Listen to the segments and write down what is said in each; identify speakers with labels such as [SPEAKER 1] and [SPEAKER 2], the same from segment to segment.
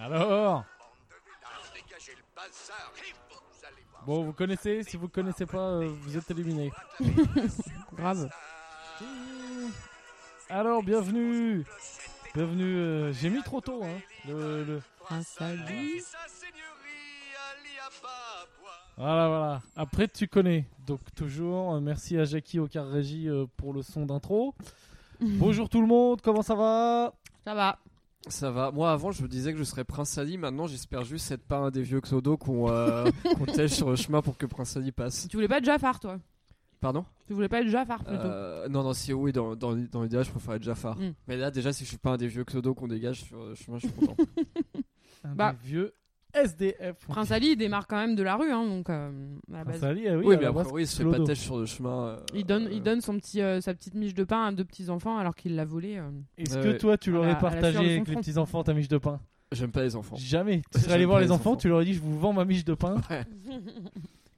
[SPEAKER 1] Alors
[SPEAKER 2] Dégagez le bazar et vous allez voir.
[SPEAKER 1] Bon, vous connaissez, si vous connaissez pas, euh, vous êtes éliminé.
[SPEAKER 3] Grave.
[SPEAKER 1] Alors, bienvenue Bienvenue, euh, j'ai mis trop tôt, hein. Le, le-
[SPEAKER 3] Un salut.
[SPEAKER 2] Sa seigneurie Ali Ababa.
[SPEAKER 1] Voilà, voilà. Après, tu connais. Donc, toujours, euh, merci à Jackie au car régie euh, pour le son d'intro. Bonjour tout le monde, comment ça va
[SPEAKER 3] Ça va.
[SPEAKER 4] Ça va. Moi, avant, je me disais que je serais Prince Ali. Maintenant, j'espère juste être pas un des vieux Xodo qu'on euh, qu'on tèche sur le chemin pour que Prince Ali passe.
[SPEAKER 3] Tu voulais pas être Jafar, toi
[SPEAKER 4] Pardon
[SPEAKER 3] Tu voulais pas être Jafar plutôt
[SPEAKER 4] Euh, Non, non, si, oui, dans, dans, dans l'idéal, je préfère être Jafar.
[SPEAKER 1] Hmm.
[SPEAKER 3] Mm.
[SPEAKER 4] Mais là, déjà, si je suis pas un des vieux Xodo qu'on dégage sur le chemin, je suis content.
[SPEAKER 1] Un
[SPEAKER 3] Bah.
[SPEAKER 1] des vieux SDF.
[SPEAKER 3] Prince Ali, il démarre quand même de la rue, hein, donc euh, à la
[SPEAKER 1] Prince
[SPEAKER 3] base.
[SPEAKER 1] Ali, ah oui,
[SPEAKER 4] oui,
[SPEAKER 1] à
[SPEAKER 4] mais
[SPEAKER 1] la
[SPEAKER 4] après,
[SPEAKER 1] base,
[SPEAKER 4] oui, il se fait
[SPEAKER 1] Clodo.
[SPEAKER 4] pas tèche sur le chemin. euh,
[SPEAKER 3] Il donne, il
[SPEAKER 4] euh,
[SPEAKER 3] donne son petit, euh, sa petite miche de pain à deux petits enfants alors qu'il l'a volé. euh.
[SPEAKER 1] Est-ce
[SPEAKER 4] Ouais,
[SPEAKER 1] que
[SPEAKER 4] ouais.
[SPEAKER 1] toi, tu
[SPEAKER 3] À la- à
[SPEAKER 1] l'aurais
[SPEAKER 3] la
[SPEAKER 1] partagé
[SPEAKER 3] sueur de son
[SPEAKER 1] avec les
[SPEAKER 3] front.
[SPEAKER 1] petits-enfants ta miche de pain
[SPEAKER 4] J'aime pas les enfants.
[SPEAKER 1] Jamais. Tu serais
[SPEAKER 4] J'aime
[SPEAKER 1] allé
[SPEAKER 4] pas
[SPEAKER 1] voir
[SPEAKER 4] les
[SPEAKER 1] les enfants,
[SPEAKER 4] enfants.
[SPEAKER 1] tu leur as dit je vous vends ma miche de pain.
[SPEAKER 4] Ouais.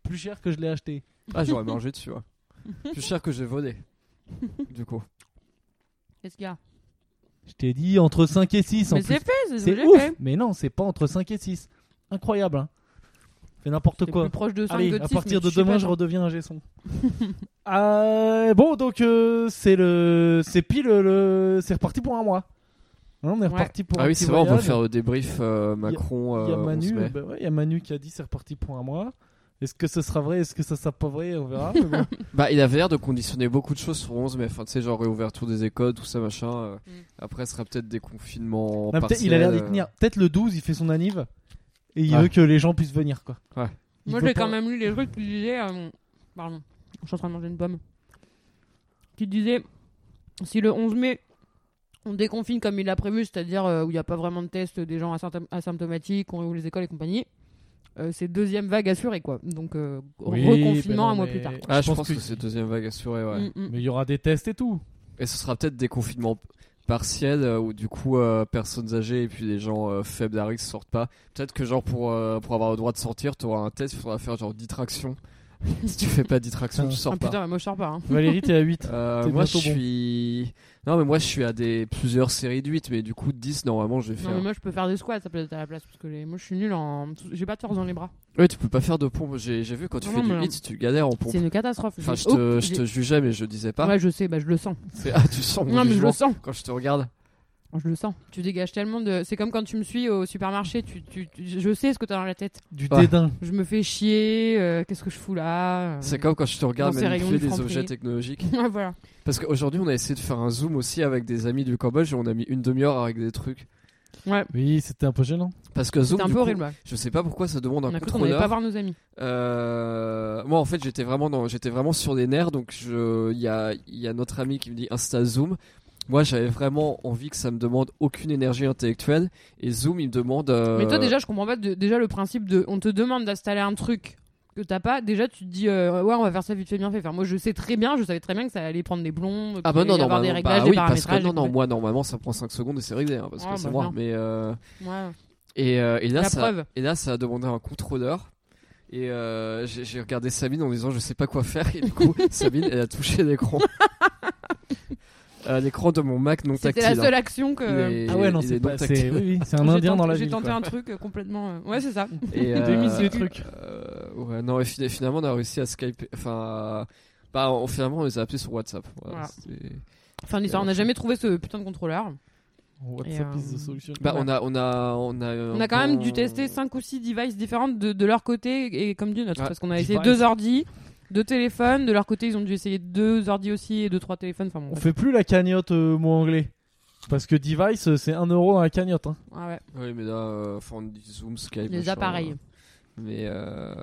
[SPEAKER 1] Plus cher que je l'ai acheté.
[SPEAKER 4] Ah, j'aurais mangé dessus, ouais. Plus cher que j'ai volé. Du coup.
[SPEAKER 3] Qu'est-ce qu'il y a
[SPEAKER 1] Je t'ai dit entre 5 et 6 en
[SPEAKER 3] Mais c'est
[SPEAKER 1] plus.
[SPEAKER 3] fait, c'est
[SPEAKER 1] C'est
[SPEAKER 3] déjà
[SPEAKER 1] ouf
[SPEAKER 3] fait.
[SPEAKER 1] Mais non, c'est pas entre 5 et 6. Incroyable, hein. Fais n'importe
[SPEAKER 3] T'es
[SPEAKER 1] quoi.
[SPEAKER 3] plus proche de 5
[SPEAKER 1] Allez,
[SPEAKER 3] que
[SPEAKER 1] à
[SPEAKER 3] six,
[SPEAKER 1] partir
[SPEAKER 3] mais
[SPEAKER 1] de
[SPEAKER 3] tu sais
[SPEAKER 1] demain,
[SPEAKER 3] pas,
[SPEAKER 1] je
[SPEAKER 3] toi.
[SPEAKER 1] redeviens un gesson. bon, donc euh, c'est le, c'est pile le, c'est reparti pour un mois. Hein, on est
[SPEAKER 3] Ouais.
[SPEAKER 1] reparti pour
[SPEAKER 4] Ah
[SPEAKER 1] un
[SPEAKER 4] oui,
[SPEAKER 1] petit
[SPEAKER 4] c'est vrai, on peut
[SPEAKER 1] voyage.
[SPEAKER 4] faire le débrief euh, Macron.
[SPEAKER 1] Il y a
[SPEAKER 4] euh, 11
[SPEAKER 1] Manu,
[SPEAKER 4] mai.
[SPEAKER 1] bah ouais, il y a Manu qui a dit c'est reparti pour un mois. Est-ce que ce sera vrai Est-ce que ça sera pas vrai On verra. mais bon.
[SPEAKER 4] Bah, il avait l'air de conditionner beaucoup de choses sur 11 mais Enfin, tu sais, genre réouverture des écoles, tout ça, machin. euh,
[SPEAKER 3] Mm.
[SPEAKER 4] Après, ce sera peut-être des confinements.
[SPEAKER 1] Non, peut-être-
[SPEAKER 4] partiels,
[SPEAKER 1] il a l'air d'y
[SPEAKER 4] euh.
[SPEAKER 1] tenir. Peut-être le 12, il fait son anniv et il
[SPEAKER 4] Ouais.
[SPEAKER 1] veut que les gens puissent venir quoi.
[SPEAKER 4] Ah. Ouais.
[SPEAKER 1] Il
[SPEAKER 3] Moi,
[SPEAKER 1] veut
[SPEAKER 3] j'ai
[SPEAKER 1] pas-
[SPEAKER 3] quand même lu les trucs qui disaient. euh, pardon, je suis en train de manger une pomme. Qui disaient si le 11 mai, on déconfine comme il l'a prévu, c'est-à-dire euh, où il n'y a pas vraiment de tests des gens asymptom- asymptomatiques, on ouvre les écoles et compagnie, euh, c'est deuxième vague assurée, quoi. Donc, euh,
[SPEAKER 1] Oui, ben
[SPEAKER 3] reconfinement
[SPEAKER 1] non,
[SPEAKER 3] un mois
[SPEAKER 1] mais
[SPEAKER 3] plus tard.
[SPEAKER 4] Ah, je pense, que, c'est deuxième vague assurée, ouais.
[SPEAKER 3] Mm, mm.
[SPEAKER 1] Mais il y aura des tests et tout.
[SPEAKER 4] Et ce sera peut-être des confinements partiels euh, où, du coup, euh, personnes âgées et puis les gens euh, faibles d'Arix sortent pas. Peut-être que, genre, pour, euh, pour avoir le droit de sortir, t'auras un test, il faudra faire genre 10 tractions. si tu fais pas 10 tractions, tu
[SPEAKER 3] Ah,
[SPEAKER 4] sors pas.
[SPEAKER 3] putain, mais moi je sors pas. hein.
[SPEAKER 1] Valérie, t'es à 8.
[SPEAKER 4] Euh,
[SPEAKER 1] T'es
[SPEAKER 4] moi je
[SPEAKER 1] bientôt bon.
[SPEAKER 4] suis. Non, mais moi je suis à des plusieurs séries de 8, mais du coup 10, normalement je vais
[SPEAKER 3] Non,
[SPEAKER 4] faire.
[SPEAKER 3] mais moi je peux faire des squats ça peut être à la place, parce que les... moi je suis nul en. J'ai pas de force dans les bras.
[SPEAKER 4] Ouais, tu peux pas faire de pompe. J'ai j'ai vu quand tu
[SPEAKER 3] Non,
[SPEAKER 4] fais
[SPEAKER 3] non,
[SPEAKER 4] du
[SPEAKER 3] mais-
[SPEAKER 4] 8, tu galères en pompe.
[SPEAKER 3] C'est une catastrophe.
[SPEAKER 4] Enfin,
[SPEAKER 3] J'ai-
[SPEAKER 4] je te,
[SPEAKER 3] oh,
[SPEAKER 4] je
[SPEAKER 3] j'ai-
[SPEAKER 4] te jugeais, mais je disais pas.
[SPEAKER 3] Ouais, je sais, bah, je le sens.
[SPEAKER 4] C'est- Ah, tu sens mon
[SPEAKER 3] Non, mais je
[SPEAKER 4] jugement
[SPEAKER 3] le sens.
[SPEAKER 4] quand je te regarde.
[SPEAKER 3] Je le sens. Tu dégages tellement de. C'est comme quand tu me suis au supermarché. Tu, tu, tu- Je sais ce que t'as dans la tête.
[SPEAKER 1] Du
[SPEAKER 4] Ouais.
[SPEAKER 1] dédain.
[SPEAKER 3] Je me fais chier. euh, Qu'est-ce que je fous là euh,
[SPEAKER 4] C'est comme quand je te regarde
[SPEAKER 3] Dans ces
[SPEAKER 4] manipuler
[SPEAKER 3] rayons du
[SPEAKER 4] des objets
[SPEAKER 3] Franprix.
[SPEAKER 4] technologiques.
[SPEAKER 3] Ouais, voilà.
[SPEAKER 4] Parce qu'aujourd'hui, on a essayé de faire un zoom aussi avec des amis du Cambodge et on a mis une demi-heure avec des trucs.
[SPEAKER 3] Ouais.
[SPEAKER 1] Oui, c'était un peu gênant.
[SPEAKER 4] Parce que zoom,
[SPEAKER 3] C'était un
[SPEAKER 4] du
[SPEAKER 3] peu
[SPEAKER 4] coup,
[SPEAKER 3] horrible. ouais.
[SPEAKER 4] je sais pas pourquoi ça demande un
[SPEAKER 3] On a cru qu'on allait
[SPEAKER 4] contrôleur.
[SPEAKER 3] pas voir nos amis.
[SPEAKER 4] Euh, moi en fait j'étais vraiment dans, j'étais vraiment sur les nerfs donc je il y a il y a notre ami qui me dit insta zoom. Moi j'avais vraiment envie que ça me demande aucune énergie intellectuelle et zoom il me demande. euh,
[SPEAKER 3] Mais toi, déjà, je comprends pas. de- Déjà, le principe de. On te demande d'installer un truc que t'as pas. Déjà, tu te dis. euh, ouais, on va faire ça vite fait, bien fait. Enfin, moi, je sais très bien. Je savais très bien que ça allait prendre des plombs.
[SPEAKER 4] Ah bah
[SPEAKER 3] qu'il allait
[SPEAKER 4] non
[SPEAKER 3] y avoir
[SPEAKER 4] normalement
[SPEAKER 3] des réglages,
[SPEAKER 4] bah
[SPEAKER 3] des
[SPEAKER 4] oui parce que
[SPEAKER 3] paramétrages,
[SPEAKER 4] non
[SPEAKER 3] des
[SPEAKER 4] non
[SPEAKER 3] compé-
[SPEAKER 4] moi normalement ça prend 5 secondes et c'est réglé hein, parce
[SPEAKER 3] Ah,
[SPEAKER 4] que c'est
[SPEAKER 3] bah
[SPEAKER 4] moi
[SPEAKER 3] non.
[SPEAKER 4] mais euh,
[SPEAKER 3] Ouais.
[SPEAKER 4] et, euh, et là
[SPEAKER 3] La
[SPEAKER 4] ça
[SPEAKER 3] preuve.
[SPEAKER 4] et là ça a demandé un contrôleur. Et euh, j'ai j'ai regardé Sabine en disant je sais pas quoi faire et du coup Sabine elle a touché l'écran, Euh, l'écran de mon Mac non
[SPEAKER 3] C'était
[SPEAKER 4] tactile.
[SPEAKER 3] la
[SPEAKER 4] hein.
[SPEAKER 3] seule euh, action que.
[SPEAKER 4] Il est-
[SPEAKER 1] Ah ouais, non,
[SPEAKER 4] il
[SPEAKER 1] c'est
[SPEAKER 4] est
[SPEAKER 1] pas.
[SPEAKER 4] non
[SPEAKER 1] C'est
[SPEAKER 4] tactile.
[SPEAKER 1] oui, oui, c'est un
[SPEAKER 3] J'ai
[SPEAKER 1] indien
[SPEAKER 3] tenté-
[SPEAKER 1] dans la
[SPEAKER 3] J'ai
[SPEAKER 1] ville.
[SPEAKER 3] tenté
[SPEAKER 1] quoi.
[SPEAKER 3] un truc euh, complètement. euh, Ouais, c'est ça.
[SPEAKER 4] Et
[SPEAKER 1] J'ai
[SPEAKER 4] euh,
[SPEAKER 1] mis des trucs.
[SPEAKER 4] euh, ouais, non, et fina- finalement, on a réussi à Skype. Enfin, à- bah, on, finalement, on les a appelés sur WhatsApp. Voilà,
[SPEAKER 3] Voilà.
[SPEAKER 4] c'était-
[SPEAKER 3] Enfin, l'histoire,
[SPEAKER 4] Euh,
[SPEAKER 3] on n'a jamais trouvé ce putain de contrôleur.
[SPEAKER 1] WhatsApp
[SPEAKER 3] Et,
[SPEAKER 1] is
[SPEAKER 3] euh,
[SPEAKER 1] the solution.
[SPEAKER 4] Bah, on a, on a, on a.
[SPEAKER 3] On a quand même dû tester 5 ou 6 devices différentes de, de leur côté et comme du nôtre.
[SPEAKER 4] Euh, Ouais,
[SPEAKER 3] parce qu'on a essayé
[SPEAKER 1] device.
[SPEAKER 3] deux ordi, deux téléphones. De leur côté, ils ont dû essayer deux ordi aussi et deux, trois téléphones. Enfin bon.
[SPEAKER 1] On
[SPEAKER 3] bref.
[SPEAKER 1] fait plus la cagnotte euh, mot anglais. Parce que device, euh, c'est 1€ euro dans la cagnotte. hein.
[SPEAKER 3] Ah ouais,
[SPEAKER 4] Oui, mais là, euh, enfin, on dit Zoom, Skype.
[SPEAKER 3] les
[SPEAKER 4] machin,
[SPEAKER 3] appareils.
[SPEAKER 4] euh, Mais. euh,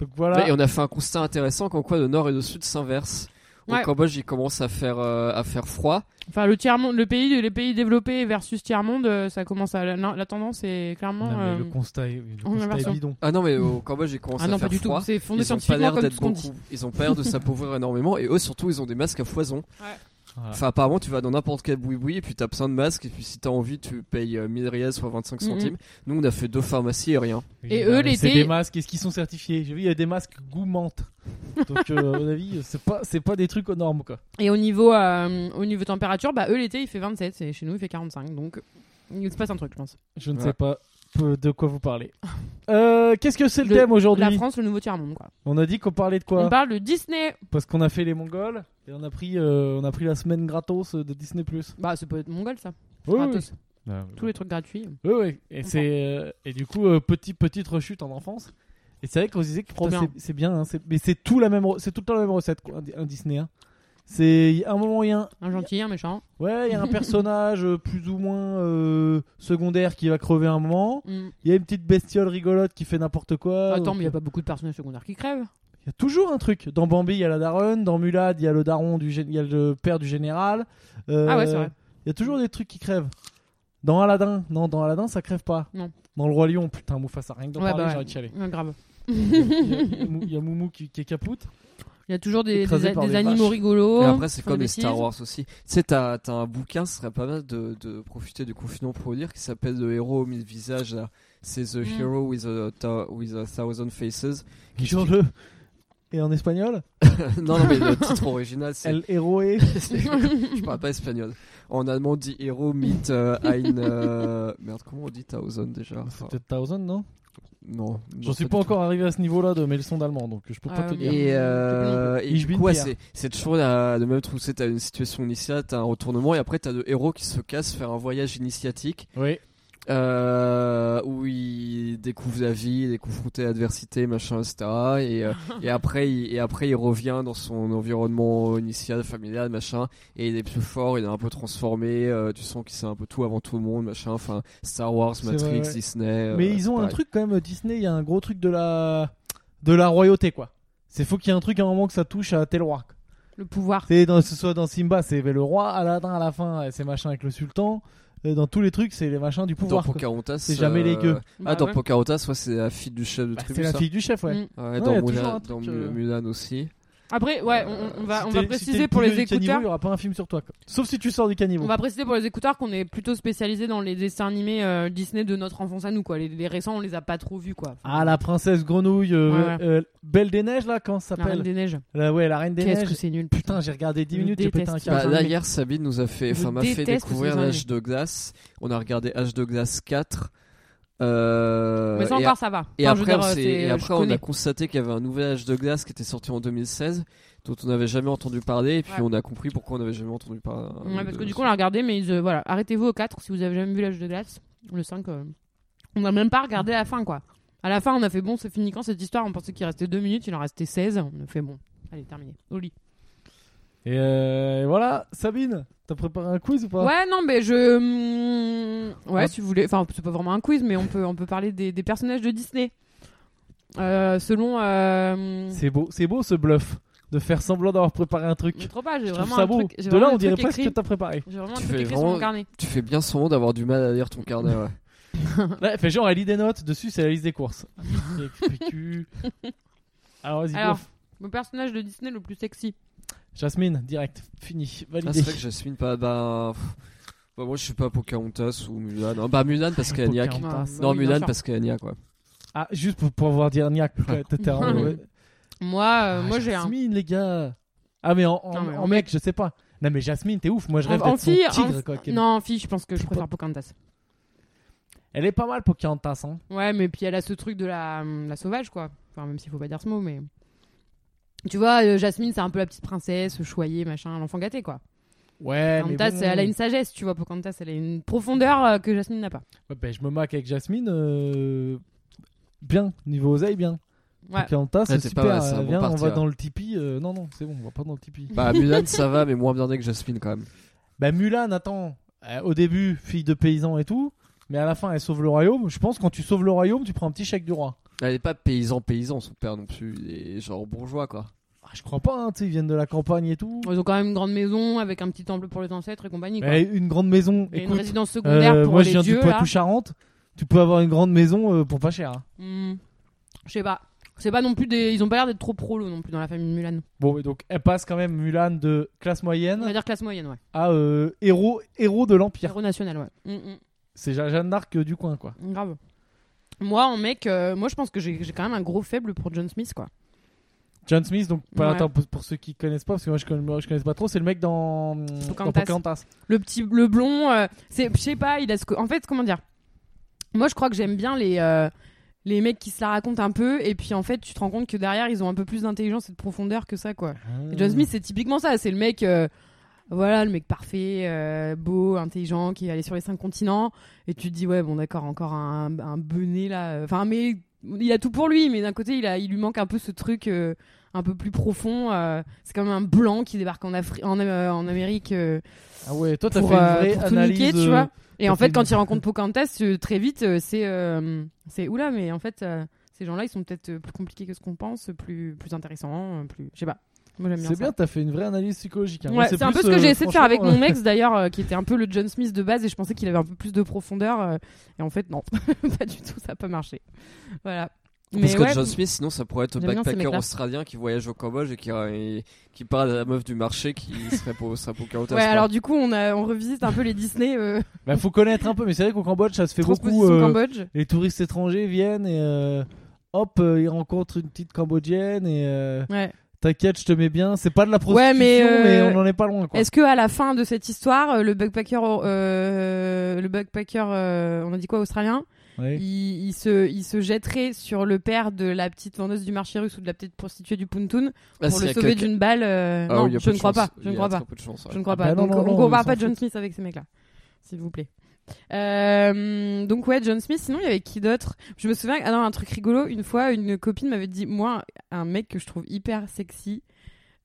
[SPEAKER 1] Donc voilà.
[SPEAKER 4] Bah, Et on a fait un constat intéressant qu'en quoi le nord et le sud s'inversent. Au
[SPEAKER 3] Ouais.
[SPEAKER 4] Cambodge, il commence à faire, euh, à faire froid.
[SPEAKER 3] Enfin, le tiers monde, le pays, les pays développés versus tiers monde, euh, ça commence à la, la tendance est clairement.
[SPEAKER 1] Non, mais
[SPEAKER 3] euh,
[SPEAKER 1] le constat est, le
[SPEAKER 3] on
[SPEAKER 1] constat est
[SPEAKER 3] inversion.
[SPEAKER 1] bidon.
[SPEAKER 4] Ah non, mais au Cambodge, il commence
[SPEAKER 3] ah
[SPEAKER 4] à
[SPEAKER 3] non,
[SPEAKER 4] faire
[SPEAKER 3] pas du
[SPEAKER 4] froid.
[SPEAKER 3] tout. C'est fondé
[SPEAKER 4] Ils ont pas
[SPEAKER 3] scientifiquement
[SPEAKER 4] l'air
[SPEAKER 3] comme
[SPEAKER 4] d'être
[SPEAKER 3] tout ce qu'on dit.
[SPEAKER 4] beaucoup. Ils ont pas l'air de s'appauvrir énormément. Et eux, surtout, ils ont des masques à foison.
[SPEAKER 1] Voilà.
[SPEAKER 4] Enfin, apparemment, tu vas dans n'importe quel boui-boui et puis t'as besoin de masques. Et puis, si t'as envie, tu payes euh, 1000 riels, soit 25
[SPEAKER 3] Mhm.
[SPEAKER 4] centimes. Nous, on a fait deux pharmacies et rien.
[SPEAKER 1] Oui,
[SPEAKER 3] Et
[SPEAKER 1] bah,
[SPEAKER 3] eux,
[SPEAKER 1] mais C'est
[SPEAKER 3] l'été-
[SPEAKER 1] des masques. Est-ce qu'ils sont certifiés J'ai vu, il y a des masques goumantes. Donc, euh, à mon avis, c'est pas, c'est pas des trucs aux normes, quoi.
[SPEAKER 3] Et au niveau, euh, au niveau température, bah eux l'été il fait 27 et chez nous il fait 45. Donc il se passe un truc, je pense.
[SPEAKER 1] Je ne
[SPEAKER 4] Ouais.
[SPEAKER 1] sais pas. peu de quoi vous parler. Euh, Qu'est-ce que c'est le,
[SPEAKER 3] Le-
[SPEAKER 1] thème
[SPEAKER 3] La
[SPEAKER 1] aujourd'hui
[SPEAKER 3] France, le nouveau tiers-monde, quoi.
[SPEAKER 1] On a dit qu'on parlait de
[SPEAKER 3] On
[SPEAKER 1] quoi
[SPEAKER 3] parle de Disney.
[SPEAKER 1] Parce qu'on a fait les Mongols et on a pris, euh, on a pris la semaine gratos de Disney+.
[SPEAKER 3] Bah, ça peut être mongol, ça.
[SPEAKER 1] Oui, oui.
[SPEAKER 3] Gratos.
[SPEAKER 1] Ah,
[SPEAKER 3] Tous les trucs gratuits.
[SPEAKER 1] oui, oui. Et, c'est, euh, et du coup, euh, petit, petite rechute en enfance. Et c'est vrai qu'on se disait que
[SPEAKER 3] Trop
[SPEAKER 1] putain,
[SPEAKER 3] bien.
[SPEAKER 1] c'est- c'est bien, hein, c'est- mais c'est tout, la même re- c'est tout le temps la même recette, quoi, un, di- un Disney. hein. C'est à un moment, il y a un,
[SPEAKER 3] Un gentil, un méchant.
[SPEAKER 1] ouais, il y a un personnage euh, plus ou moins euh, secondaire qui va crever un moment.
[SPEAKER 3] Mm.
[SPEAKER 1] Il y a une petite bestiole rigolote qui fait n'importe
[SPEAKER 4] Ah,
[SPEAKER 1] quoi.
[SPEAKER 3] Attends,
[SPEAKER 1] donc,
[SPEAKER 3] mais il a pas beaucoup de personnages secondaires qui crèvent.
[SPEAKER 1] Il y a toujours un truc. Dans Bambi, il y a la daronne. Dans Mulad, il y a le daron du gé- il y a le père du général. Euh,
[SPEAKER 3] Ah ouais, c'est vrai.
[SPEAKER 1] Il y a toujours des trucs qui crèvent. Dans Aladdin, non, dans Aladdin, ça crève pas.
[SPEAKER 3] Non.
[SPEAKER 1] Dans le roi lion, putain, Mufasa, rien que d'en
[SPEAKER 3] Ouais,
[SPEAKER 1] parler,
[SPEAKER 3] bah ouais.
[SPEAKER 1] j'ai envie de chialer.
[SPEAKER 3] Ouais, grave.
[SPEAKER 1] Il y a- il y a Mou- il y a Moumou qui, qui est capoute.
[SPEAKER 3] Il y a toujours des,
[SPEAKER 1] Écrasé
[SPEAKER 3] des-
[SPEAKER 1] par
[SPEAKER 3] des
[SPEAKER 1] des
[SPEAKER 3] animaux
[SPEAKER 1] vaches.
[SPEAKER 3] rigolos.
[SPEAKER 4] Mais après, c'est
[SPEAKER 3] font
[SPEAKER 4] comme
[SPEAKER 3] Oh, des
[SPEAKER 4] les Star
[SPEAKER 3] bêtises.
[SPEAKER 4] Wars aussi. Tu sais, t'as t'as un bouquin, ce serait pas mal de, de profiter du confinement pour lire, qui s'appelle The Hero aux mille visages. là. C'est The
[SPEAKER 3] Mm.
[SPEAKER 4] Hero with a, ta- with a Thousand Faces.
[SPEAKER 1] Sur le et en espagnol,
[SPEAKER 4] non, non, mais le titre original, c'est.
[SPEAKER 1] El Héroe.
[SPEAKER 4] c'est- Je parle pas espagnol. En allemand, on dit Hero mit euh, ein. euh, Merde, comment on dit Thousand déjà Enfin,
[SPEAKER 1] Bah, C'est peut-être Thousand, non
[SPEAKER 4] Non.
[SPEAKER 1] J'en
[SPEAKER 4] non,
[SPEAKER 1] suis
[SPEAKER 4] du
[SPEAKER 1] pas
[SPEAKER 4] tout.
[SPEAKER 1] encore arrivé à ce niveau-là de mes leçons d'allemand, donc je peux pas
[SPEAKER 3] Ah,
[SPEAKER 1] te
[SPEAKER 3] mais-
[SPEAKER 1] dire.
[SPEAKER 4] Et, euh, et
[SPEAKER 1] Ich
[SPEAKER 4] du
[SPEAKER 1] bin
[SPEAKER 4] coup, ouais,
[SPEAKER 1] Pierre.
[SPEAKER 4] c'est c'est toujours la- le même truc. C'est t'as une situation initiale, t'as un retournement, et après t'as le héros qui se casse faire un voyage initiatique
[SPEAKER 1] Oui.
[SPEAKER 4] euh, où il découvre la vie, il est confronté à l'adversité, machin, etc. Et, euh, et après, il, et après, il revient dans son environnement initial, familial, machin, et il est plus fort, il est un peu transformé. euh, tu sens qu'il sait un peu tout avant tout le monde, machin. Enfin, Star Wars,
[SPEAKER 1] C'est
[SPEAKER 4] Matrix,
[SPEAKER 1] vrai, ouais.
[SPEAKER 4] Disney. euh,
[SPEAKER 1] Mais
[SPEAKER 4] ouais,
[SPEAKER 1] ils
[SPEAKER 4] c'est
[SPEAKER 1] ont un
[SPEAKER 4] pareil.
[SPEAKER 1] truc quand même Disney, il y a un gros truc de la de la royauté quoi. C'est faut qu'il y ait un truc à un moment que ça touche à tel roi. quoi.
[SPEAKER 3] Le pouvoir.
[SPEAKER 1] C'est dans ce soit dans Simba, c'est le roi, Aladdin à la fin, euh, c'est machin avec le sultan. Euh, Dans tous les trucs, c'est les machins du
[SPEAKER 4] Dans
[SPEAKER 1] pouvoir. quoi.
[SPEAKER 4] Pocahontas,
[SPEAKER 1] C'est jamais les gueux.
[SPEAKER 4] Ah,
[SPEAKER 3] Bah
[SPEAKER 4] dans
[SPEAKER 3] ouais.
[SPEAKER 4] Pocahontas, soit c'est la fille du chef de
[SPEAKER 1] Bah,
[SPEAKER 4] tribu.
[SPEAKER 1] c'est la
[SPEAKER 4] ça.
[SPEAKER 1] fille du chef, ouais.
[SPEAKER 3] Mm.
[SPEAKER 4] Ouais,
[SPEAKER 1] Ouais,
[SPEAKER 4] dans,
[SPEAKER 1] y a
[SPEAKER 4] Mulan,
[SPEAKER 1] toujours un truc,
[SPEAKER 4] dans Mu-
[SPEAKER 1] euh,
[SPEAKER 4] Mulan aussi.
[SPEAKER 3] Après, ouais, on, on- on va, on va préciser pour les écouteurs.
[SPEAKER 1] il y aura pas un film sur toi. quoi. Sauf si tu sors du caniveau.
[SPEAKER 3] On va préciser pour les écouteurs qu'on est plutôt spécialisé dans les dessins animés euh, Disney de notre enfance à nous quoi. Les, les récents on les a pas trop vus quoi.
[SPEAKER 1] Ah la princesse grenouille, euh,
[SPEAKER 3] Ouais, ouais.
[SPEAKER 1] euh, Belle des neiges là, comment ça
[SPEAKER 3] La Reine
[SPEAKER 1] s'appelle
[SPEAKER 3] des Neiges.
[SPEAKER 1] La- Ouais, la Reine des
[SPEAKER 3] Qu'est-ce
[SPEAKER 1] neiges.
[SPEAKER 3] que c'est nul.
[SPEAKER 1] Putain, j'ai regardé 10
[SPEAKER 3] Je
[SPEAKER 1] minutes, j'ai pété un
[SPEAKER 3] déteste.
[SPEAKER 1] câble.
[SPEAKER 4] Bah,
[SPEAKER 3] Enfin,
[SPEAKER 4] là,
[SPEAKER 3] mais-
[SPEAKER 4] hier, Sabine nous a fait,
[SPEAKER 3] Je
[SPEAKER 4] enfin, m'a fait
[SPEAKER 3] déteste
[SPEAKER 4] découvrir
[SPEAKER 3] ces
[SPEAKER 4] l'âge de glace. On a regardé Âge de glace 4. Euh,
[SPEAKER 3] Mais ça
[SPEAKER 4] et,
[SPEAKER 3] encore ça va.
[SPEAKER 4] et
[SPEAKER 3] Enfin, je veux
[SPEAKER 4] après, on
[SPEAKER 3] dire, euh,
[SPEAKER 4] s'est-
[SPEAKER 3] c'est-
[SPEAKER 4] et
[SPEAKER 3] je
[SPEAKER 4] après, on a
[SPEAKER 3] connais.
[SPEAKER 4] constaté qu'il y avait un nouvel âge de glace qui était sorti en 2016, dont on n'avait jamais entendu parler, et puis
[SPEAKER 3] Ouais.
[SPEAKER 4] on a compris pourquoi on n'avait jamais entendu parler.
[SPEAKER 3] Ouais, parce que
[SPEAKER 4] de-
[SPEAKER 3] du coup on l'a regardé mais ils, euh, voilà, arrêtez-vous au 4 si vous avez jamais vu l'âge de glace. Le 5 euh, on n'a même pas regardé la fin quoi. À la fin on a fait bon c'est fini quand cette histoire on pensait qu'il restait 2 minutes, il en restait 16, on a fait bon. Allez terminé. Au lit.
[SPEAKER 1] Et euh, voilà, Sabine, t'as préparé un quiz ou pas
[SPEAKER 3] Ouais, non, mais je. mm, Ouais,
[SPEAKER 1] Ah.
[SPEAKER 3] si vous voulez. Enfin, c'est pas vraiment un quiz, mais on peut, on peut parler des, des personnages de Disney. Euh, selon. Euh...
[SPEAKER 1] C'est beau, c'est beau ce bluff de faire semblant d'avoir préparé un truc.
[SPEAKER 3] mais trop pas, j'ai
[SPEAKER 1] Je trouve
[SPEAKER 3] Mm. vraiment
[SPEAKER 1] ça
[SPEAKER 3] un
[SPEAKER 1] beau.
[SPEAKER 3] truc. j'ai
[SPEAKER 1] De là,
[SPEAKER 3] vraiment
[SPEAKER 1] on
[SPEAKER 3] un
[SPEAKER 1] dirait
[SPEAKER 3] truc
[SPEAKER 1] presque que
[SPEAKER 3] écrit-
[SPEAKER 1] t'as préparé.
[SPEAKER 3] J'ai vraiment un
[SPEAKER 4] Tu
[SPEAKER 3] truc
[SPEAKER 4] fais
[SPEAKER 3] écrit sur
[SPEAKER 4] vraiment-
[SPEAKER 3] mon carnet.
[SPEAKER 4] Tu fais bien souvent d'avoir du mal à lire ton carnet, ouais.
[SPEAKER 1] Là, elle fait genre, elle lit des notes, dessus, c'est la liste des courses. PQ. Alors, vas-y,
[SPEAKER 3] Alors,
[SPEAKER 1] bluff.
[SPEAKER 3] mon personnage de Disney le plus sexy.
[SPEAKER 1] Jasmine, direct, fini,
[SPEAKER 4] Ah,
[SPEAKER 1] validé.
[SPEAKER 4] c'est vrai que Jasmine, pas, bah, pff, bah, moi, je suis pas Pocahontas ou Mulan. hein. Bah, Mulan parce qu'elle est niaque.
[SPEAKER 1] Pocahontas.
[SPEAKER 3] Ah, bah
[SPEAKER 4] Non,
[SPEAKER 3] oui, bien
[SPEAKER 4] Mulan
[SPEAKER 3] sûr.
[SPEAKER 4] parce qu'elle est niaque, quoi.
[SPEAKER 1] Ah, juste pour pour avoir dit Erniac, t'étais en mauvais.
[SPEAKER 3] Moi,
[SPEAKER 1] Ah,
[SPEAKER 3] euh, moi j'ai un.
[SPEAKER 1] Jasmine, les gars. Ah, mais en, en-
[SPEAKER 3] Non, mais
[SPEAKER 1] en
[SPEAKER 3] en
[SPEAKER 1] mec, je sais pas. Non, mais Jasmine, t'es ouf. Moi, je rêve
[SPEAKER 3] en
[SPEAKER 1] d'être son
[SPEAKER 3] fille, en-
[SPEAKER 1] tigre, quoi. qu'elle-
[SPEAKER 3] Non, en fille, je pense que je
[SPEAKER 1] T'es
[SPEAKER 3] préfère Pocahontas.
[SPEAKER 1] Elle est pas mal, Pocahontas. Hein.
[SPEAKER 3] Ouais, mais puis elle a ce truc de la, hum, la sauvage, quoi. Enfin, même s'il faut pas dire ce mot, mais. Tu vois, euh, Jasmine, c'est un peu la petite princesse, choyée, machin, l'enfant gâté, quoi.
[SPEAKER 1] Ouais, mais
[SPEAKER 3] Pocahontas,
[SPEAKER 1] bon.
[SPEAKER 3] elle a une sagesse, tu vois. Pocahontas, elle a une profondeur euh, que Jasmine n'a pas.
[SPEAKER 1] Ouais, ben, je me maque avec Jasmine. euh, Bien, niveau oseille, bien.
[SPEAKER 3] Ouais.
[SPEAKER 1] Pocahontas,
[SPEAKER 4] Ouais,
[SPEAKER 1] c'est
[SPEAKER 4] t'es
[SPEAKER 1] super.
[SPEAKER 4] pas mal, c'est un
[SPEAKER 1] euh,
[SPEAKER 4] bon
[SPEAKER 1] viens, on
[SPEAKER 4] parti,
[SPEAKER 1] va
[SPEAKER 4] ouais.
[SPEAKER 1] dans le tipi. euh, non, non, c'est bon, on va pas dans le
[SPEAKER 3] Mm.
[SPEAKER 1] tipi.
[SPEAKER 4] Bah, Mulan, ça va, mais moins bien que Jasmine, quand même.
[SPEAKER 1] bah, Mulan, attends. euh, au début, fille de paysan et tout. Mais à la fin, elle sauve le royaume. Je pense que quand tu sauves le royaume, tu prends un petit chèque du roi.
[SPEAKER 4] Elle est pas paysan-paysan, son père non plus. Il est genre bourgeois, quoi.
[SPEAKER 1] Ah, je crois pas, hein, tu sais, ils viennent de la campagne et tout.
[SPEAKER 3] Ils ont quand même une grande maison avec un petit temple pour les ancêtres et compagnie. Quoi.
[SPEAKER 1] Mais une grande maison,
[SPEAKER 3] Et une
[SPEAKER 1] Eh, écoute.
[SPEAKER 3] résidence secondaire
[SPEAKER 1] euh,
[SPEAKER 3] pour
[SPEAKER 1] moi, je
[SPEAKER 3] les
[SPEAKER 1] viens
[SPEAKER 3] dieux,
[SPEAKER 1] du
[SPEAKER 3] là.
[SPEAKER 1] Poitou-Charentes. Tu peux avoir une grande maison euh, pour pas cher. hein.
[SPEAKER 3] Hmm. Je sais pas. C'est pas non plus des. Ils ont pas l'air d'être trop prolos non plus dans la famille Mulan.
[SPEAKER 1] Bon, mais donc, elle passe quand même Mulan de classe
[SPEAKER 3] On
[SPEAKER 1] moyenne
[SPEAKER 3] va dire classe moyenne, ouais.
[SPEAKER 1] à euh, héros, héros de l'Empire.
[SPEAKER 3] Héros national, ouais. Hmm,
[SPEAKER 1] C'est Je- Jeanne d'Arc euh, du coin, quoi.
[SPEAKER 3] hmm. Grave. Moi, en mec, euh, moi je pense que j'ai j'ai quand même un gros faible pour John Smith, quoi.
[SPEAKER 1] John Smith, donc pour-
[SPEAKER 3] Ouais.
[SPEAKER 1] attends, pour, pour ceux qui connaissent pas, parce que moi je connais, moi, je connais pas trop, c'est le mec dans dans
[SPEAKER 3] Pocahontas.
[SPEAKER 1] Pocahontas.
[SPEAKER 3] Le petit, le blond, euh, c'est, je sais pas, il a ce, que- en fait, comment dire, Moi, je crois que j'aime bien les, euh, les mecs qui se la racontent un peu, et puis en fait, tu te rends compte que derrière, ils ont un peu plus d'intelligence et de profondeur que ça, quoi. Et
[SPEAKER 1] Hmm.
[SPEAKER 3] John Smith, c'est typiquement ça. C'est le mec, euh, voilà, le mec parfait, euh, beau, intelligent, qui est allé sur les cinq continents. Et tu te dis, ouais, bon, d'accord, encore un, un benet là. Enfin, mais il a tout pour lui, mais d'un côté, il, a, il lui manque un peu ce truc euh, un peu plus profond. euh, c'est quand même un blanc qui débarque en, Afri- en, euh, en Amérique euh,
[SPEAKER 1] Ah ouais, toi, t'as
[SPEAKER 3] pour,
[SPEAKER 1] fait une
[SPEAKER 3] euh,
[SPEAKER 1] vraie
[SPEAKER 3] pour tout
[SPEAKER 1] analyse.
[SPEAKER 3] niquer, tu
[SPEAKER 1] euh,
[SPEAKER 3] vois. Et
[SPEAKER 1] t'as
[SPEAKER 3] en
[SPEAKER 1] fait
[SPEAKER 3] fait,
[SPEAKER 1] une-
[SPEAKER 3] quand il rencontre Pocahontas, euh, très vite, euh, c'est. euh, c'est oula, mais en fait, euh, ces gens-là, ils sont peut-être euh, plus compliqués que ce qu'on pense, plus, plus intéressants, euh, plus. Je sais pas. Moi, j'aime bien
[SPEAKER 1] C'est
[SPEAKER 3] ça.
[SPEAKER 1] bien, t'as fait une vraie analyse psychologique. hein. Moi,
[SPEAKER 3] Ouais, c'est un
[SPEAKER 1] plus,
[SPEAKER 3] peu ce que
[SPEAKER 1] euh,
[SPEAKER 3] j'ai essayé de faire avec
[SPEAKER 1] franchement,
[SPEAKER 3] mon ex d'ailleurs, euh, qui était un peu le John Smith de base, et je pensais qu'il avait un peu plus de profondeur. euh, et en fait, non, pas du tout, ça n'a pas marché. Voilà.
[SPEAKER 4] Parce que
[SPEAKER 3] ouais,
[SPEAKER 4] John Smith, sinon, ça pourrait être
[SPEAKER 3] J'aime bien ces
[SPEAKER 4] backpacker
[SPEAKER 3] mecs-là.
[SPEAKER 4] australien qui voyage au Cambodge et qui, et qui parle à la meuf du marché qui serait pour, serait pour Carota,
[SPEAKER 3] ouais,
[SPEAKER 4] c'est pas-
[SPEAKER 3] alors du coup, on, a, on revisite un peu les Disney, euh,
[SPEAKER 1] Bah, faut connaître un peu, mais c'est vrai qu'au Cambodge, ça se fait beaucoup.
[SPEAKER 3] transposition
[SPEAKER 1] euh,
[SPEAKER 3] Cambodge.
[SPEAKER 1] les touristes étrangers viennent et euh, hop, euh, ils rencontrent une petite Cambodgienne et euh,
[SPEAKER 3] Ouais.
[SPEAKER 1] t'inquiète, je te mets bien. C'est pas de la prostitution,
[SPEAKER 3] mais, euh,
[SPEAKER 1] mais on n'en est pas loin. Quoi.
[SPEAKER 3] Est-ce que à la fin de cette histoire, euh, le backpacker, euh, le backpacker, euh, on a dit quoi, australien,
[SPEAKER 1] Ouais.
[SPEAKER 3] il, il se, il se jetterait sur le père de la petite vendeuse du marché russe ou de la petite prostituée du Puntoon
[SPEAKER 4] Ah,
[SPEAKER 3] pour
[SPEAKER 4] s'il y
[SPEAKER 3] le
[SPEAKER 4] a
[SPEAKER 3] sauver
[SPEAKER 4] quelqu'un-
[SPEAKER 3] d'une balle euh,
[SPEAKER 4] Ah
[SPEAKER 3] Non,
[SPEAKER 4] oui, il y a
[SPEAKER 3] je
[SPEAKER 4] peu de
[SPEAKER 3] ne crois
[SPEAKER 4] chance.
[SPEAKER 3] pas, je ne
[SPEAKER 4] Il y a
[SPEAKER 3] crois pas.
[SPEAKER 4] très peu de chance, ouais.
[SPEAKER 3] Je ne crois
[SPEAKER 1] Ah bah
[SPEAKER 3] pas.
[SPEAKER 1] non,
[SPEAKER 3] donc
[SPEAKER 1] non,
[SPEAKER 3] on
[SPEAKER 1] non,
[SPEAKER 3] compare
[SPEAKER 1] on
[SPEAKER 3] pas
[SPEAKER 1] s'en
[SPEAKER 3] John
[SPEAKER 1] fout.
[SPEAKER 3] Smith avec ces mecs-là, s'il vous plaît. Euh, donc ouais, John Smith. Sinon, il y avait qui d'autre Je me souviens. Ah non, un truc rigolo. Une fois, une copine m'avait dit, moi, un mec que je trouve hyper sexy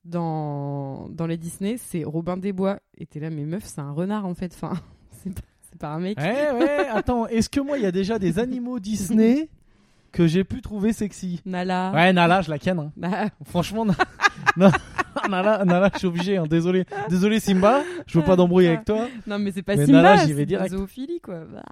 [SPEAKER 3] dans dans les Disney, c'est Robin des Bois. Et t'es là, mais meuf, c'est un renard en fait. Enfin, c'est pas, c'est pas un mec.
[SPEAKER 1] Ouais, Eh, ouais, attends, est-ce que moi, il y a déjà des animaux Disney que j'ai pu trouver sexy
[SPEAKER 3] Nala.
[SPEAKER 1] Ouais, Nala, je la ken. hein.
[SPEAKER 3] Bah,
[SPEAKER 1] Franchement, Na- Na- Nala, Nala, je suis obligé. hein. Désolé, désolé Simba, je veux pas d'embrouille avec toi.
[SPEAKER 3] non, mais c'est pas
[SPEAKER 1] Mais
[SPEAKER 3] Simba.
[SPEAKER 1] Nala, j'y
[SPEAKER 3] c'est
[SPEAKER 1] vais
[SPEAKER 3] de
[SPEAKER 1] direct.
[SPEAKER 3] la Zoophilie quoi. Bah.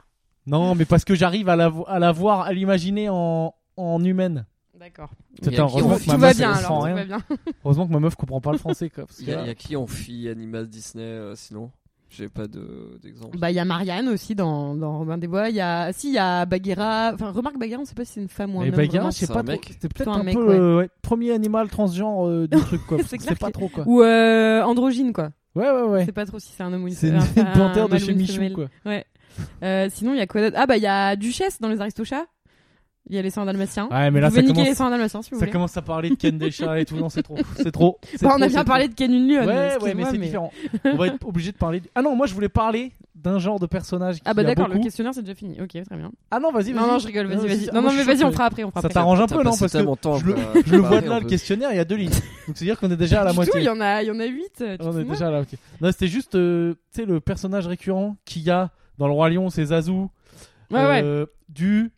[SPEAKER 1] Non, mais parce que j'arrive à la, vo- à la voir, à l'imaginer en, en humaine.
[SPEAKER 3] D'accord.
[SPEAKER 4] Il y
[SPEAKER 1] Putain,
[SPEAKER 4] a qui
[SPEAKER 1] heureusement
[SPEAKER 4] en
[SPEAKER 1] que
[SPEAKER 3] Tout
[SPEAKER 1] ma
[SPEAKER 3] va
[SPEAKER 1] meuf,
[SPEAKER 3] bien
[SPEAKER 1] elle
[SPEAKER 3] alors.
[SPEAKER 1] comprend
[SPEAKER 3] Tout
[SPEAKER 1] rien.
[SPEAKER 3] va bien.
[SPEAKER 1] Heureusement que ma meuf comprend pas le français. Quoi, parce que
[SPEAKER 4] Il y, a-
[SPEAKER 1] là-
[SPEAKER 4] il y a qui en fille animal Disney euh, sinon J'ai pas de- d'exemple.
[SPEAKER 3] Bah, il y a Marianne aussi dans, dans Robin des Bois. Il y a, si, il y a Bagheera. Enfin, remarque Bagheera, on sait pas si c'est une femme ou un
[SPEAKER 1] Mais
[SPEAKER 3] homme.
[SPEAKER 1] Bagheera,
[SPEAKER 3] vraiment.
[SPEAKER 1] je sais
[SPEAKER 4] c'est
[SPEAKER 1] pas
[SPEAKER 4] un
[SPEAKER 1] trop.
[SPEAKER 4] mec.
[SPEAKER 1] C'était peut-être
[SPEAKER 3] Plutôt
[SPEAKER 1] un,
[SPEAKER 3] un mec,
[SPEAKER 1] peu
[SPEAKER 3] ouais.
[SPEAKER 1] le ouais, premier animal transgenre euh, du truc, quoi.
[SPEAKER 3] C'est
[SPEAKER 1] Parce que
[SPEAKER 3] clair
[SPEAKER 1] C'est pas
[SPEAKER 3] que-
[SPEAKER 1] trop, quoi.
[SPEAKER 3] Ou euh, androgyne, quoi.
[SPEAKER 1] Ouais, ouais,
[SPEAKER 3] Je
[SPEAKER 1] ouais.
[SPEAKER 3] sais pas trop si c'est un homme ou une
[SPEAKER 1] C'est une,
[SPEAKER 3] un-
[SPEAKER 1] une
[SPEAKER 3] un
[SPEAKER 1] panthère de
[SPEAKER 3] mâle ou
[SPEAKER 1] chez
[SPEAKER 3] une
[SPEAKER 1] Michou,
[SPEAKER 3] femelle.
[SPEAKER 1] quoi.
[SPEAKER 3] Euh, sinon, il y a quoi d'autre Ah, bah, il y a Duchesse dans les Aristochats. Il y a les 100 dalmatiens.
[SPEAKER 1] Ouais, mais
[SPEAKER 3] Vous
[SPEAKER 1] là,
[SPEAKER 3] pouvez
[SPEAKER 1] ça
[SPEAKER 3] niquer les
[SPEAKER 1] commence,
[SPEAKER 3] 100 dalmatiens si vous
[SPEAKER 1] ça
[SPEAKER 3] voulez.
[SPEAKER 1] commence à parler de Ken des chats et tout. Non, c'est trop. C'est trop. c'est
[SPEAKER 3] Bah, on
[SPEAKER 1] trop,
[SPEAKER 3] a bien
[SPEAKER 1] c'est
[SPEAKER 3] parlé de Ken Lyon.
[SPEAKER 1] Ouais, ouais, mais c'est différent. On va être obligé de parler. du- Ah non, moi je voulais parler d'un genre de personnage.
[SPEAKER 3] Ah, bah,
[SPEAKER 1] qu'il y a
[SPEAKER 3] d'accord, le
[SPEAKER 1] beaucoup.
[SPEAKER 3] questionnaire c'est déjà fini. Ok, très bien.
[SPEAKER 1] Ah non, vas-y, vas-y.
[SPEAKER 3] Non, non, je rigole,
[SPEAKER 1] Non,
[SPEAKER 3] vas-y,
[SPEAKER 1] c'est-
[SPEAKER 3] vas-y.
[SPEAKER 1] ah,
[SPEAKER 3] Non,
[SPEAKER 1] moi,
[SPEAKER 3] non,
[SPEAKER 1] je
[SPEAKER 3] mais
[SPEAKER 1] suis
[SPEAKER 3] vas-y, on
[SPEAKER 1] sûr
[SPEAKER 3] fera après. On fera
[SPEAKER 1] Ça
[SPEAKER 3] après.
[SPEAKER 1] t'arrange un
[SPEAKER 4] T'as
[SPEAKER 1] peu, non
[SPEAKER 4] passé
[SPEAKER 1] Parce que
[SPEAKER 4] tellement de temps
[SPEAKER 1] je le,
[SPEAKER 4] à- à
[SPEAKER 1] je le vois
[SPEAKER 4] parler
[SPEAKER 1] de là,
[SPEAKER 4] un
[SPEAKER 1] le
[SPEAKER 4] peu.
[SPEAKER 1] questionnaire, il y a deux lignes. Donc c'est-à-dire qu'on est déjà à la
[SPEAKER 3] Du tout,
[SPEAKER 1] moitié.
[SPEAKER 3] il y en a, il y en a 8.
[SPEAKER 1] On est déjà à la moitié. Non, c'était juste, euh, tu sais, le personnage récurrent qu'il y a dans Le Roi Lion, c'est Zazu.
[SPEAKER 3] Ouais, ouais.
[SPEAKER 1] Euh, du,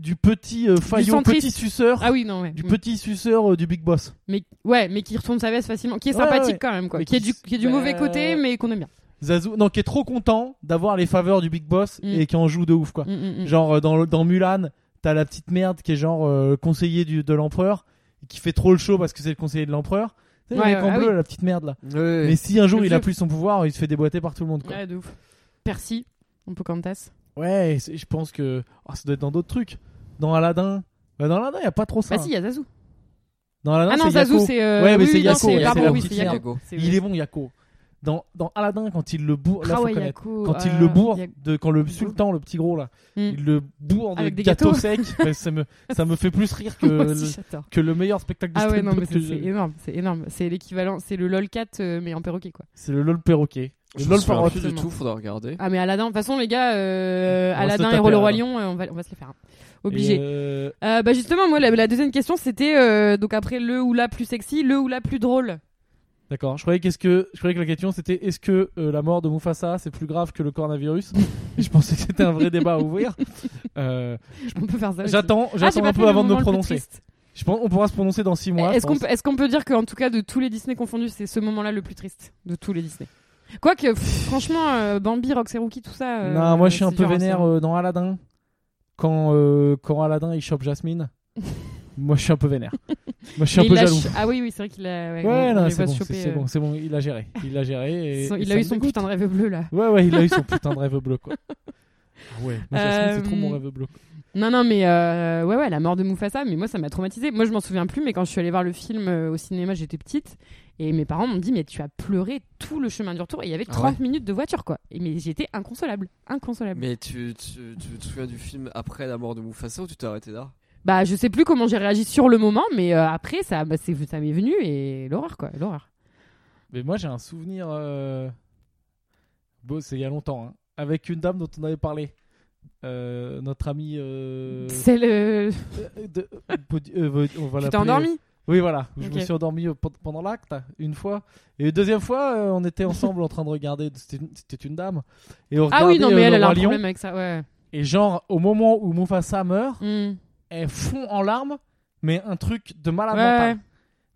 [SPEAKER 1] du petit euh, faillot,
[SPEAKER 3] centriste.
[SPEAKER 1] petit suceur,
[SPEAKER 3] Ah oui, non, ouais.
[SPEAKER 1] du
[SPEAKER 3] Mm.
[SPEAKER 1] petit suceur euh, du Big Boss.
[SPEAKER 3] mais ouais mais qui retourne sa veste facilement qui est
[SPEAKER 1] Ouais,
[SPEAKER 3] sympathique
[SPEAKER 1] ouais.
[SPEAKER 3] quand même quoi
[SPEAKER 1] Mais
[SPEAKER 3] qui est
[SPEAKER 1] qui
[SPEAKER 3] du
[SPEAKER 1] s-
[SPEAKER 3] qui est du
[SPEAKER 1] bah,
[SPEAKER 3] mauvais côté mais qu'on aime bien
[SPEAKER 1] Zazu, non, qui est trop content d'avoir les faveurs du Big Boss
[SPEAKER 3] Mm.
[SPEAKER 1] et qui en joue de ouf, quoi.
[SPEAKER 3] Mm, mm, mm.
[SPEAKER 1] Genre, euh, dans, le- dans Mulan, t'as la petite merde qui est genre euh, le conseiller du, de l'empereur et qui fait trop le show parce que c'est le conseiller de l'empereur. Tu sais,
[SPEAKER 3] Ouais,
[SPEAKER 1] le mec
[SPEAKER 3] ouais,
[SPEAKER 1] en
[SPEAKER 3] ah
[SPEAKER 1] bleu,
[SPEAKER 3] oui.
[SPEAKER 1] la petite merde là.
[SPEAKER 4] Ouais.
[SPEAKER 1] Mais si un jour
[SPEAKER 3] Le
[SPEAKER 1] il a
[SPEAKER 3] vieux.
[SPEAKER 1] plus son pouvoir, il se fait déboîter par tout le monde, quoi.
[SPEAKER 3] ouais de ouf Percy on peut Cantas
[SPEAKER 1] Ouais, c'est- je pense que ah, ça doit être dans d'autres trucs. Dans Aladdin, bah, dans Aladdin, il y a pas trop ça.
[SPEAKER 3] bah si il y a Zazu
[SPEAKER 1] Dans Aladdin,
[SPEAKER 3] ah non
[SPEAKER 1] c'est
[SPEAKER 3] Zazu
[SPEAKER 1] Yako.
[SPEAKER 3] c'est euh,
[SPEAKER 1] Ouais, mais
[SPEAKER 3] oui,
[SPEAKER 1] c'est
[SPEAKER 3] oui, non,
[SPEAKER 1] Yako,
[SPEAKER 3] c'est
[SPEAKER 1] ouais,
[SPEAKER 3] pardon,
[SPEAKER 1] c'est la
[SPEAKER 3] oui,
[SPEAKER 1] petite
[SPEAKER 3] c'est Yako.
[SPEAKER 4] Yako.
[SPEAKER 3] C'est-
[SPEAKER 1] Il est bon, Yako. Dans, dans Aladdin, quand il le bourre, là,
[SPEAKER 3] Ah
[SPEAKER 1] faut
[SPEAKER 3] ouais,
[SPEAKER 1] connaître.
[SPEAKER 3] Yako,
[SPEAKER 1] Quand il
[SPEAKER 3] euh,
[SPEAKER 1] le bourre,
[SPEAKER 3] Yako.
[SPEAKER 1] de, quand le sultan, le petit gros là,
[SPEAKER 3] Mm.
[SPEAKER 1] il le bourre de
[SPEAKER 3] Avec des
[SPEAKER 1] gâteaux,
[SPEAKER 3] gâteaux.
[SPEAKER 1] secs, bah, ça, me, ça me fait plus rire que, euh,
[SPEAKER 3] Moi
[SPEAKER 1] le,
[SPEAKER 3] aussi, Oh, j'adore.
[SPEAKER 1] que le meilleur spectacle de
[SPEAKER 3] ah ouais
[SPEAKER 1] stand-up
[SPEAKER 3] non mais
[SPEAKER 1] que
[SPEAKER 3] c'est
[SPEAKER 1] j'ai
[SPEAKER 3] c'est
[SPEAKER 1] vu.
[SPEAKER 3] énorme c'est énorme c'est l'équivalent c'est le lolcat euh, mais en perroquet quoi
[SPEAKER 1] C'est le LOL perroquet. Le
[SPEAKER 4] Je me
[SPEAKER 1] LOL
[SPEAKER 4] souviens
[SPEAKER 1] perroquet.
[SPEAKER 4] plus du
[SPEAKER 3] absolument.
[SPEAKER 4] tout, faudra regarder.
[SPEAKER 3] ah mais Aladdin de toute façon les gars euh,
[SPEAKER 1] On va se
[SPEAKER 3] Aladdin
[SPEAKER 1] taper
[SPEAKER 3] et le roi
[SPEAKER 1] Aladdin.
[SPEAKER 3] lion euh, on va on va se les faire hein. obligé
[SPEAKER 1] Et, euh,
[SPEAKER 3] Euh, bah justement moi la, la deuxième question c'était euh, donc après le ou la plus sexy le ou la plus drôle
[SPEAKER 1] D'accord. Je croyais qu'est-ce que je croyais que la question c'était est-ce que euh, la mort de Mufasa c'est plus grave que le coronavirus Et Je pensais que c'était un vrai débat à ouvrir. Euh,
[SPEAKER 3] on peut faire ça aussi.
[SPEAKER 1] j'attends,
[SPEAKER 3] Ah, j'ai
[SPEAKER 1] j'attends
[SPEAKER 3] pas
[SPEAKER 1] un
[SPEAKER 3] fait
[SPEAKER 1] peu
[SPEAKER 3] le
[SPEAKER 1] avant de me
[SPEAKER 3] moment le plus
[SPEAKER 1] prononcer.
[SPEAKER 3] triste. Euh,
[SPEAKER 1] Je pense on pourra se prononcer dans six mois. je
[SPEAKER 3] Est-ce qu'on
[SPEAKER 1] pense.
[SPEAKER 3] peut, est-ce qu'on peut dire qu'en tout cas, de tous les Disney confondus, c'est ce moment-là le plus triste de tous les Disney Quoique, pff, franchement, euh, Bambi, Rox et Rookie, tout ça. euh,
[SPEAKER 1] non, moi je suis un
[SPEAKER 3] c'est
[SPEAKER 1] peu
[SPEAKER 3] dur à
[SPEAKER 1] vénère
[SPEAKER 3] se-
[SPEAKER 1] euh, dans Aladdin. Quand, euh, quand Aladdin il chope Jasmine, moi je suis un peu vénère. moi je suis un
[SPEAKER 3] Mais
[SPEAKER 1] peu
[SPEAKER 3] il l'a
[SPEAKER 1] jaloux.
[SPEAKER 3] ch- Ah oui, oui, c'est vrai qu'il a.
[SPEAKER 1] Ouais,
[SPEAKER 3] Ouais, on- on
[SPEAKER 1] non,
[SPEAKER 3] les
[SPEAKER 1] c'est
[SPEAKER 3] voit
[SPEAKER 1] bon,
[SPEAKER 3] se
[SPEAKER 1] c'est
[SPEAKER 3] choper,
[SPEAKER 1] c'est
[SPEAKER 3] euh,
[SPEAKER 1] bon, c'est bon, il a géré. Il l'a géré. Et,
[SPEAKER 3] son-
[SPEAKER 1] et
[SPEAKER 3] Il
[SPEAKER 1] ça
[SPEAKER 3] a eu
[SPEAKER 1] me
[SPEAKER 3] son
[SPEAKER 1] dégoûte.
[SPEAKER 3] putain de rêve bleu là.
[SPEAKER 1] Ouais, ouais, il a eu son putain de rêve bloc, quoi. Ah ouais, moi, Jasmine, c'est trop mon
[SPEAKER 3] Euh,
[SPEAKER 1] rêve bloc.
[SPEAKER 3] Non, non, mais euh, ouais, ouais, la mort de Mufasa, mais moi ça m'a traumatisée. Moi je m'en souviens plus, mais quand je suis allée voir le film euh, au cinéma, j'étais petite Et mes parents m'ont dit, mais tu as pleuré tout le chemin du retour. Et il y avait
[SPEAKER 4] Ah
[SPEAKER 3] 30
[SPEAKER 4] ouais
[SPEAKER 3] minutes de voiture, quoi. Et mais j'étais inconsolable. Inconsolable.
[SPEAKER 4] Mais tu, tu, tu te souviens du film après la mort de Mufasa ou tu t'es arrêté là
[SPEAKER 3] Bah, je sais plus comment j'ai réagi sur le moment, mais euh, après, ça, bah, c'est, ça m'est venu et l'horreur, quoi. L'horreur.
[SPEAKER 1] Mais moi, j'ai un souvenir. euh, Bon, c'est il y a longtemps. hein, Avec une dame dont on avait parlé. Euh, notre amie. euh,
[SPEAKER 3] C'est le.
[SPEAKER 1] euh, de- euh, Body- euh, Body- on va
[SPEAKER 3] Tu
[SPEAKER 1] l'appeler-
[SPEAKER 3] t'es
[SPEAKER 1] euh,
[SPEAKER 3] endormi
[SPEAKER 1] Oui, voilà. Je
[SPEAKER 3] Ok.
[SPEAKER 1] me suis endormi euh, pe- pendant l'acte, une fois. Et une deuxième fois, euh, on était ensemble en train de regarder. C'était une, c'était une dame. Et on
[SPEAKER 3] Ah oui, non,
[SPEAKER 1] regardait,
[SPEAKER 3] mais
[SPEAKER 1] euh, Ah,
[SPEAKER 3] elle,
[SPEAKER 1] Le
[SPEAKER 3] elle a un
[SPEAKER 1] Roi Lion.
[SPEAKER 3] problème avec ça, ouais.
[SPEAKER 1] Et genre, au moment où Mufasa meurt,
[SPEAKER 3] Hmm.
[SPEAKER 1] elle fond en larmes, mais un truc de mal à
[SPEAKER 3] Ouais,
[SPEAKER 1] mental.
[SPEAKER 3] ouais.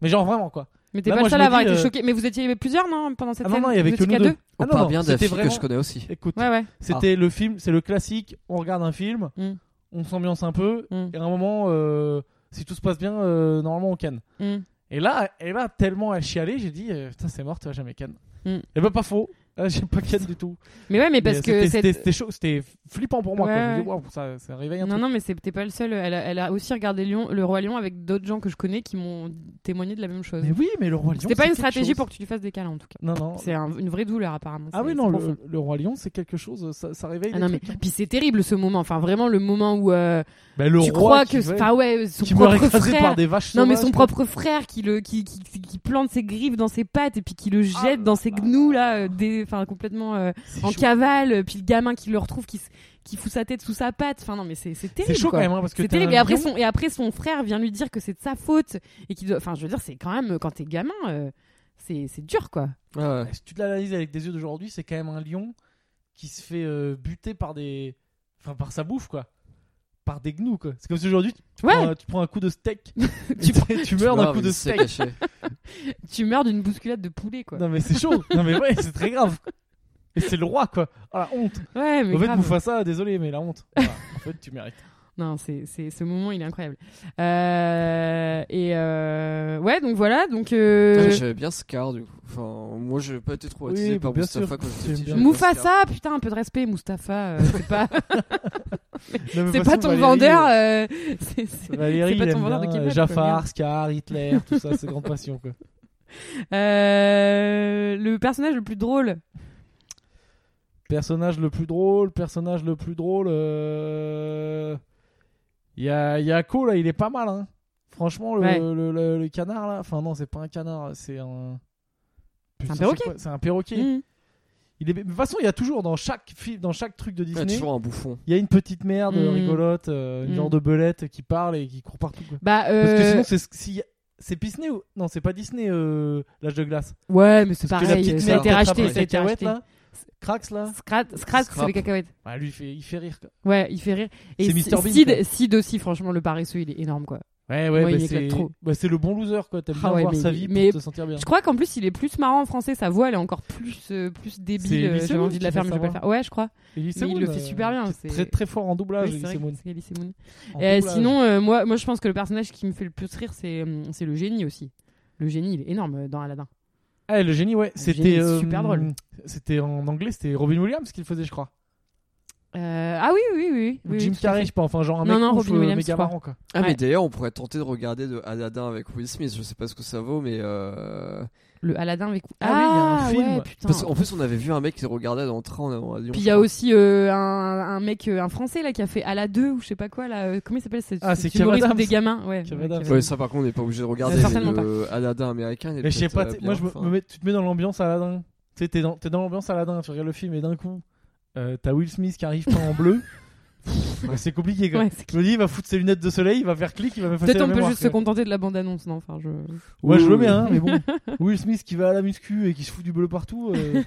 [SPEAKER 1] Mais genre vraiment quoi.
[SPEAKER 3] Mais t'es
[SPEAKER 1] Là,
[SPEAKER 3] pas
[SPEAKER 1] moi,
[SPEAKER 3] le
[SPEAKER 1] je
[SPEAKER 3] seul
[SPEAKER 1] me
[SPEAKER 3] à avoir
[SPEAKER 1] dis,
[SPEAKER 3] été
[SPEAKER 1] euh,
[SPEAKER 3] choqué. Mais vous étiez plus plusieurs, non, pendant cette
[SPEAKER 1] Ah non,
[SPEAKER 3] scène
[SPEAKER 1] non, il y avait
[SPEAKER 3] Vous
[SPEAKER 1] que
[SPEAKER 3] étiez
[SPEAKER 1] nous
[SPEAKER 3] qu'à
[SPEAKER 1] deux. Ah
[SPEAKER 4] On
[SPEAKER 1] non,
[SPEAKER 4] parle
[SPEAKER 1] non,
[SPEAKER 4] bien d'un
[SPEAKER 1] c'était
[SPEAKER 4] film que
[SPEAKER 1] vraiment-
[SPEAKER 4] je connais aussi.
[SPEAKER 1] Écoute,
[SPEAKER 3] Ouais, ouais.
[SPEAKER 1] c'était le film, c'est le classique. On regarde un film,
[SPEAKER 3] Mm.
[SPEAKER 1] on s'ambiance un peu,
[SPEAKER 3] Mm.
[SPEAKER 1] et à un moment, euh, si tout se passe bien, euh, normalement on canne.
[SPEAKER 3] Hmm.
[SPEAKER 1] Et là, et là, tellement elle chialait, j'ai dit, euh, putain, c'est mort, tu vas jamais canne.
[SPEAKER 3] Mm.
[SPEAKER 1] Et ben pas faux, Ah, j'ai pas canne du tout.
[SPEAKER 3] Mais ouais, mais parce
[SPEAKER 1] Mais
[SPEAKER 3] que.
[SPEAKER 1] c'était- c'était
[SPEAKER 3] cette-
[SPEAKER 1] c'était chaud, c'était flippant pour moi.
[SPEAKER 3] Ouais,
[SPEAKER 1] quoi. Je me
[SPEAKER 3] ouais.
[SPEAKER 1] dis, waouh, ça, ça réveille un
[SPEAKER 3] Non,
[SPEAKER 1] truc.
[SPEAKER 3] non, mais c'est- t'es pas le seul. Elle a, elle a aussi regardé Lion, le Roi Lion avec d'autres gens que je connais qui m'ont témoigné de la même chose.
[SPEAKER 1] Mais oui, mais le roi lion.
[SPEAKER 3] euh, C'était pas
[SPEAKER 1] c'est
[SPEAKER 3] une
[SPEAKER 1] quelque
[SPEAKER 3] stratégie
[SPEAKER 1] chose.
[SPEAKER 3] pour que tu lui fasses des câlins, en tout cas.
[SPEAKER 1] Non non.
[SPEAKER 3] C'est un- une vraie douleur, apparemment.
[SPEAKER 1] Ah
[SPEAKER 3] C'est-
[SPEAKER 1] oui
[SPEAKER 3] c'est
[SPEAKER 1] non,
[SPEAKER 3] profond.
[SPEAKER 1] le, le roi lion, c'est quelque chose, ça, ça réveille.
[SPEAKER 3] Ah
[SPEAKER 1] des
[SPEAKER 3] non, mais...
[SPEAKER 1] trucs.
[SPEAKER 3] Puis c'est terrible ce moment, enfin vraiment le moment où euh,
[SPEAKER 1] Bah, le
[SPEAKER 3] tu
[SPEAKER 1] roi
[SPEAKER 3] crois
[SPEAKER 1] qui
[SPEAKER 3] que.
[SPEAKER 1] veut-
[SPEAKER 3] Enfin ouais, son
[SPEAKER 1] qui meurt
[SPEAKER 3] propre
[SPEAKER 1] écrasé
[SPEAKER 3] frère.
[SPEAKER 1] par des vaches
[SPEAKER 3] Non mais
[SPEAKER 1] sauvages,
[SPEAKER 3] son
[SPEAKER 1] quoi.
[SPEAKER 3] propre frère qui le qui, qui, qui- qui plante ses griffes dans ses pattes et puis qui le jette
[SPEAKER 1] Ah
[SPEAKER 3] dans
[SPEAKER 1] là
[SPEAKER 3] ses
[SPEAKER 1] là
[SPEAKER 3] gnous là,
[SPEAKER 1] là
[SPEAKER 3] euh,
[SPEAKER 1] là.
[SPEAKER 3] dé- enfin complètement euh,
[SPEAKER 1] C'est
[SPEAKER 3] en
[SPEAKER 1] chaud.
[SPEAKER 3] cavale, euh, puis le gamin qui le retrouve qui s- qui fout sa tête sous sa patte. Enfin non mais c'est c'est terrible.
[SPEAKER 1] C'est chaud
[SPEAKER 3] quoi.
[SPEAKER 1] quand même hein, parce que
[SPEAKER 3] C'est
[SPEAKER 1] t'as
[SPEAKER 3] terrible.
[SPEAKER 1] un
[SPEAKER 3] Et après,
[SPEAKER 1] lion-
[SPEAKER 3] son, et après, son frère vient lui dire que c'est de sa faute. Et qu'il doit... Enfin, je veux dire, c'est quand même, quand t'es gamin, euh, c'est c'est dur, quoi.
[SPEAKER 4] Ouais, ouais.
[SPEAKER 1] Bah, si tu l'analyses avec des yeux d'aujourd'hui, c'est quand même un lion qui se fait euh, buter par des. Enfin, par sa bouffe, quoi. Par des gnous, quoi. C'est comme si aujourd'hui, tu,
[SPEAKER 3] Ouais.
[SPEAKER 1] prends, un- tu prends un coup de steak. et
[SPEAKER 3] Tu
[SPEAKER 1] tu, tu meurs d'un
[SPEAKER 4] vois,
[SPEAKER 1] coup de
[SPEAKER 4] mais c'est
[SPEAKER 1] steak.
[SPEAKER 4] caché.
[SPEAKER 3] Tu meurs d'une bousculade de poulet, quoi.
[SPEAKER 1] Non, mais c'est chaud. non, mais ouais, c'est très grave. Et c'est le roi, quoi. Ah, la honte.
[SPEAKER 3] Ouais, mais
[SPEAKER 1] en fait,
[SPEAKER 3] grave.
[SPEAKER 1] Mufasa, désolé, mais la honte. Voilà. en fait, tu mérites.
[SPEAKER 3] Non, c'est, c'est, ce moment, il est incroyable. Euh, et euh, ouais, donc voilà. Donc, euh,
[SPEAKER 4] Putain, Ah, J'avais bien Scar du coup. Enfin, moi j'ai pas été traumatisé
[SPEAKER 1] Oui,
[SPEAKER 4] par
[SPEAKER 1] bien
[SPEAKER 4] Mustafa
[SPEAKER 1] sûr.
[SPEAKER 4] quand j'étais
[SPEAKER 1] J'aime
[SPEAKER 4] petit.
[SPEAKER 1] bien.
[SPEAKER 4] j'avais pas Scar.
[SPEAKER 3] Mufasa, putain, un peu de respect, Mustapha. euh, c'est pas,
[SPEAKER 1] Non, mais
[SPEAKER 3] c'est
[SPEAKER 1] parce
[SPEAKER 3] pas
[SPEAKER 1] que
[SPEAKER 3] ton
[SPEAKER 1] Valérie,
[SPEAKER 3] vendeur. euh, c'est,
[SPEAKER 1] euh,
[SPEAKER 3] c'est-
[SPEAKER 1] Valérie,
[SPEAKER 3] c'est pas
[SPEAKER 1] il
[SPEAKER 3] ton
[SPEAKER 1] aime
[SPEAKER 3] vendeur de
[SPEAKER 1] bien, euh,
[SPEAKER 3] kebab, quoi, merde.
[SPEAKER 1] Jafar, Scar, Hitler, tout ça, c'est grande passion, quoi.
[SPEAKER 3] Euh, le personnage le plus drôle.
[SPEAKER 1] Personnage le plus drôle, personnage le plus drôle. euh, Il y a Yako là, il est pas mal. Hein. Franchement, le,
[SPEAKER 3] Ouais.
[SPEAKER 1] le- le- le canard là. Enfin, non, c'est pas un canard, c'est un. Putain,
[SPEAKER 3] perroquet.
[SPEAKER 1] quoi C'est un perroquet.
[SPEAKER 3] Mhm.
[SPEAKER 1] Il est... De toute façon, il y a toujours dans chaque film, dans chaque truc de
[SPEAKER 4] Il y a
[SPEAKER 1] Disney,
[SPEAKER 4] toujours un bouffon.
[SPEAKER 1] il y a une petite merde
[SPEAKER 3] Mm.
[SPEAKER 1] rigolote, euh, une
[SPEAKER 3] Mm.
[SPEAKER 1] genre de belette qui parle et qui court partout. quoi.
[SPEAKER 3] Bah, euh,
[SPEAKER 1] Parce que sinon, c'est ce- si- c'est Disney ou non, c'est pas Disney, euh, l'âge de glace.
[SPEAKER 3] Ouais, mais c'est
[SPEAKER 1] Parce que la
[SPEAKER 3] pareil, euh,
[SPEAKER 1] petite
[SPEAKER 3] ça a
[SPEAKER 1] merde
[SPEAKER 3] été
[SPEAKER 1] qui
[SPEAKER 3] racheté,
[SPEAKER 1] attrape
[SPEAKER 3] ça a
[SPEAKER 1] les
[SPEAKER 3] été
[SPEAKER 1] cacahuètes,
[SPEAKER 3] racheté.
[SPEAKER 1] là, Crax là,
[SPEAKER 3] Scrat, Scrat, c'est
[SPEAKER 4] Scrap.
[SPEAKER 3] les cacahuètes.
[SPEAKER 1] Bah, lui, il fait, il fait rire. quoi.
[SPEAKER 3] Ouais, il fait rire. Et
[SPEAKER 1] C'est
[SPEAKER 3] si-
[SPEAKER 1] Mr. Bean,
[SPEAKER 3] Sid,
[SPEAKER 1] quoi.
[SPEAKER 3] Sid aussi, franchement, le paresseux, il est énorme, quoi.
[SPEAKER 1] Ouais, ouais,
[SPEAKER 3] Moi, il
[SPEAKER 1] bah,
[SPEAKER 3] m'éclate
[SPEAKER 1] c'est
[SPEAKER 3] trop.
[SPEAKER 1] bah, c'est le bon loser, quoi. T'aimes
[SPEAKER 3] Ah
[SPEAKER 1] bien
[SPEAKER 3] ouais,
[SPEAKER 1] voir
[SPEAKER 3] mais-
[SPEAKER 1] sa vie
[SPEAKER 3] mais-
[SPEAKER 1] pour te sentir bien.
[SPEAKER 3] Je crois qu'en plus, il est plus marrant en français. Sa voix, elle est encore plus, euh, plus
[SPEAKER 1] C'est
[SPEAKER 3] débile. euh,
[SPEAKER 1] Elise
[SPEAKER 3] J'avais
[SPEAKER 1] Moon
[SPEAKER 3] envie de la
[SPEAKER 1] qui
[SPEAKER 3] faire,
[SPEAKER 1] fait
[SPEAKER 3] mais je vais pas le
[SPEAKER 1] savoir.
[SPEAKER 3] faire. Ouais, je crois.
[SPEAKER 1] Elise
[SPEAKER 3] mais il
[SPEAKER 1] Moon,
[SPEAKER 3] le fait
[SPEAKER 1] euh,
[SPEAKER 3] super bien,
[SPEAKER 1] qui est
[SPEAKER 3] c'est-
[SPEAKER 1] Très, très fort en doublage,
[SPEAKER 3] Oui, c'est
[SPEAKER 1] Elise
[SPEAKER 3] vrai que
[SPEAKER 1] Moon.
[SPEAKER 3] c'est Elise Moon.
[SPEAKER 1] En
[SPEAKER 3] Euh,
[SPEAKER 1] doublage.
[SPEAKER 3] sinon, euh, moi, moi, je pense que le personnage qui me fait le plus rire, c'est euh, c'est le génie aussi. Le génie, il est énorme euh, dans Aladdin.
[SPEAKER 1] Ah, le génie, ouais.
[SPEAKER 3] génie,
[SPEAKER 1] C'était. euh,
[SPEAKER 3] c'est super drôle.
[SPEAKER 1] C'était en anglais, c'était Robin Williams qui le faisait, je crois.
[SPEAKER 3] Euh, ah oui, oui, oui. oui,
[SPEAKER 1] Ou
[SPEAKER 3] oui,
[SPEAKER 1] Jim
[SPEAKER 3] tout à
[SPEAKER 1] Carrey, je
[SPEAKER 3] fait.
[SPEAKER 1] sais pas. Enfin, genre un
[SPEAKER 3] Non,
[SPEAKER 1] mec
[SPEAKER 3] non,
[SPEAKER 1] ouf,
[SPEAKER 3] Robin
[SPEAKER 1] euh,
[SPEAKER 3] Williams, je
[SPEAKER 1] méga
[SPEAKER 3] crois.
[SPEAKER 1] marrant, quoi.
[SPEAKER 4] Ah
[SPEAKER 3] Ouais.
[SPEAKER 4] mais d'ailleurs on pourrait tenter de regarder de Aladdin avec Will Smith, je sais pas ce que ça vaut mais euh...
[SPEAKER 3] Le Aladdin avec.
[SPEAKER 1] Ah oui, il y a un
[SPEAKER 3] ouais,
[SPEAKER 1] film.
[SPEAKER 3] putain.
[SPEAKER 4] parce qu'en plus on avait vu un mec qui regardait dans le train en avion.
[SPEAKER 3] Puis il y a aussi euh, un, un mec, euh, un français là, qui a fait à la 2 ou je sais pas quoi là. euh, Comment il s'appelle C'est
[SPEAKER 1] Ah,
[SPEAKER 3] c'est
[SPEAKER 1] c'est
[SPEAKER 3] humoriste
[SPEAKER 1] Kev Adams.
[SPEAKER 3] des gamins. Ouais.
[SPEAKER 1] Kev
[SPEAKER 3] ouais,
[SPEAKER 1] Adams.
[SPEAKER 4] Ouais ça par contre on n'est pas obligé de regarder mais
[SPEAKER 3] Certainement
[SPEAKER 4] le Aladdin américain. est
[SPEAKER 1] Mais je sais
[SPEAKER 4] peut-être,
[SPEAKER 1] pas,
[SPEAKER 4] euh,
[SPEAKER 1] t'es-
[SPEAKER 4] bien
[SPEAKER 1] moi, je me-
[SPEAKER 4] fin.
[SPEAKER 1] me mets- tu te mets dans l'ambiance Aladdin. Tu sais, t'es dans, t'es dans l'ambiance Aladdin, tu regardes le film et d'un coup, euh, t'as Will Smith qui arrive peint en bleu. Pff, bah, c'est compliqué, quoi.
[SPEAKER 3] Ouais, c'est
[SPEAKER 1] Je me dis, il va foutre ses lunettes de soleil, il va faire clic, il va m'effacer
[SPEAKER 3] Peut-être
[SPEAKER 1] la
[SPEAKER 3] on peut
[SPEAKER 1] mémoire,
[SPEAKER 3] juste
[SPEAKER 1] quoi.
[SPEAKER 3] se contenter de la bande-annonce, non Enfin, je...
[SPEAKER 1] Ouais,
[SPEAKER 4] Oui,
[SPEAKER 1] je
[SPEAKER 4] oui,
[SPEAKER 1] le mets,
[SPEAKER 4] oui.
[SPEAKER 1] hein, mais bon. Will Smith qui va à la muscu et qui se fout du bleu partout. euh,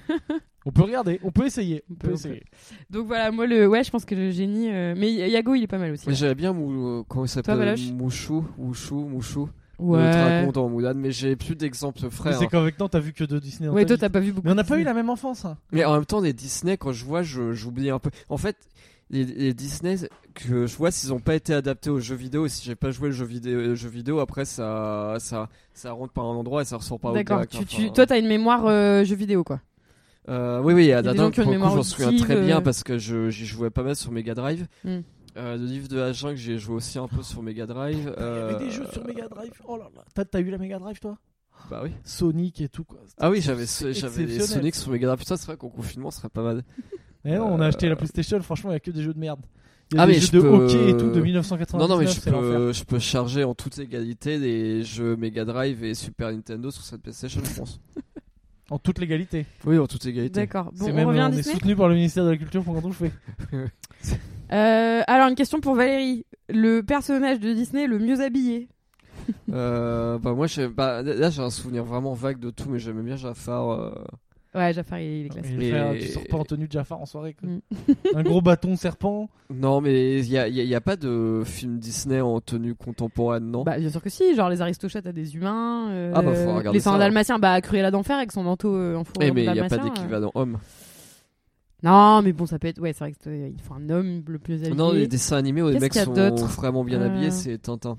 [SPEAKER 1] on peut regarder, on peut essayer. On
[SPEAKER 3] peut,
[SPEAKER 1] peut
[SPEAKER 3] on
[SPEAKER 1] essayer.
[SPEAKER 3] Donc voilà, moi le, ouais, je pense que le génie. euh, Mais Y- Yago, il est pas mal aussi.
[SPEAKER 4] Mais j'avais bien mou... euh, comment il s'appelle
[SPEAKER 3] Baloche
[SPEAKER 4] Mouchou, Mouchou, Mouchou, le
[SPEAKER 3] Ouais.
[SPEAKER 4] dragon dans Moulin mais j'ai plus d'exemples
[SPEAKER 1] Mais
[SPEAKER 4] frères. hein.
[SPEAKER 1] C'est qu'en même temps, t'as vu que de Disney. dans
[SPEAKER 3] Ouais,
[SPEAKER 1] ta
[SPEAKER 3] toi
[SPEAKER 1] vie.
[SPEAKER 3] t'as pas vu beaucoup.
[SPEAKER 1] Mais on
[SPEAKER 3] de
[SPEAKER 1] n'a pas eu
[SPEAKER 3] films.
[SPEAKER 1] la même enfance. hein.
[SPEAKER 4] Mais en même temps, les Disney, quand je vois, je- j'oublie un peu. En fait, les, les Disney que je vois, s'ils n'ont pas été adaptés aux jeux vidéo, et si j'ai pas joué le jeu vidéo, le jeu vidéo après, ça, ça, ça rentre par un endroit et ça ressort par autre.
[SPEAKER 3] D'accord. Tu, tu... Toi t'as une mémoire euh, jeu vidéo quoi.
[SPEAKER 4] Euh, oui, oui, à
[SPEAKER 3] des gens
[SPEAKER 4] Dadin,
[SPEAKER 3] qui ont
[SPEAKER 4] pour
[SPEAKER 3] une
[SPEAKER 4] le coup,
[SPEAKER 3] mémoire
[SPEAKER 4] j'en souviens
[SPEAKER 3] auditive,
[SPEAKER 4] très bien
[SPEAKER 3] euh.
[SPEAKER 4] parce que je- j'y jouais pas mal sur Mega Drive.
[SPEAKER 3] Hmm.
[SPEAKER 4] Euh, le livre de H1 que j'ai joué aussi un peu sur Mega Drive.
[SPEAKER 1] Il y avait
[SPEAKER 4] euh,
[SPEAKER 1] des jeux sur Mega Drive. Oh là là. T'as- T'as eu la Mega Drive, toi
[SPEAKER 4] Bah oui.
[SPEAKER 1] Sonic et tout. Quoi.
[SPEAKER 4] Ah oui, j'avais j'avais les
[SPEAKER 1] exceptionnel.
[SPEAKER 4] Sonic sur mes gars. Putain, c'est vrai qu'en confinement, ce serait pas mal.
[SPEAKER 1] Eh non, on a acheté la PlayStation, franchement, il n'y a que des jeux de merde. Il y a
[SPEAKER 4] Ah,
[SPEAKER 1] des
[SPEAKER 4] mais
[SPEAKER 1] jeux
[SPEAKER 4] je
[SPEAKER 1] de
[SPEAKER 4] peux-
[SPEAKER 1] hockey et tout de 1999.
[SPEAKER 4] Non, non, mais je
[SPEAKER 1] c'est l'enfer.
[SPEAKER 4] peux, je peux charger en toute égalité les jeux Mega Drive et Super Nintendo sur cette PlayStation, je pense.
[SPEAKER 1] En toute légalité.
[SPEAKER 4] Oui, en toute égalité.
[SPEAKER 3] D'accord. Bon,
[SPEAKER 1] c'est
[SPEAKER 3] on
[SPEAKER 1] même,
[SPEAKER 3] revient à
[SPEAKER 1] on est
[SPEAKER 3] Disney.
[SPEAKER 1] soutenu par le ministère de la Culture pour quand on le fait.
[SPEAKER 3] Euh, alors, une question pour Valérie. Le personnage de Disney le mieux habillé
[SPEAKER 4] Euh, bah moi, j'ai- bah, là, j'ai un souvenir vraiment vague de tout, mais j'aimais bien Jafar. euh,
[SPEAKER 3] Ouais, Jafar, il il est classe.
[SPEAKER 1] Mais
[SPEAKER 4] Mais-
[SPEAKER 1] frère, tu sors pas en tenue de Jafar en soirée.
[SPEAKER 4] Ah
[SPEAKER 1] quoi.
[SPEAKER 3] Mm.
[SPEAKER 1] Un gros bâton serpent.
[SPEAKER 4] Non, mais il n'y a, y a- y a pas de film Disney en tenue contemporaine, non
[SPEAKER 3] Bah, bien sûr que si, genre les Aristochats, t'as des humains. euh,
[SPEAKER 4] Ah bah, faut regarder
[SPEAKER 3] Les saints
[SPEAKER 4] ça.
[SPEAKER 3] dalmatiens, bah, Cruella d'enfer avec son manteau euh, en
[SPEAKER 4] Eh,
[SPEAKER 3] fourrure.
[SPEAKER 4] mais il n'y a pas
[SPEAKER 3] dalmatien, euh.
[SPEAKER 4] d'équivalent homme.
[SPEAKER 3] Non, mais bon, ça peut être. Ouais, c'est vrai qu'il faut un homme le plus habillé.
[SPEAKER 4] Non, les dessins animés où les
[SPEAKER 3] Qu'est-ce
[SPEAKER 4] mecs
[SPEAKER 3] qu'il y a
[SPEAKER 4] sont
[SPEAKER 3] d'autre
[SPEAKER 4] vraiment bien
[SPEAKER 3] Euh,
[SPEAKER 4] habillés, c'est Tintin.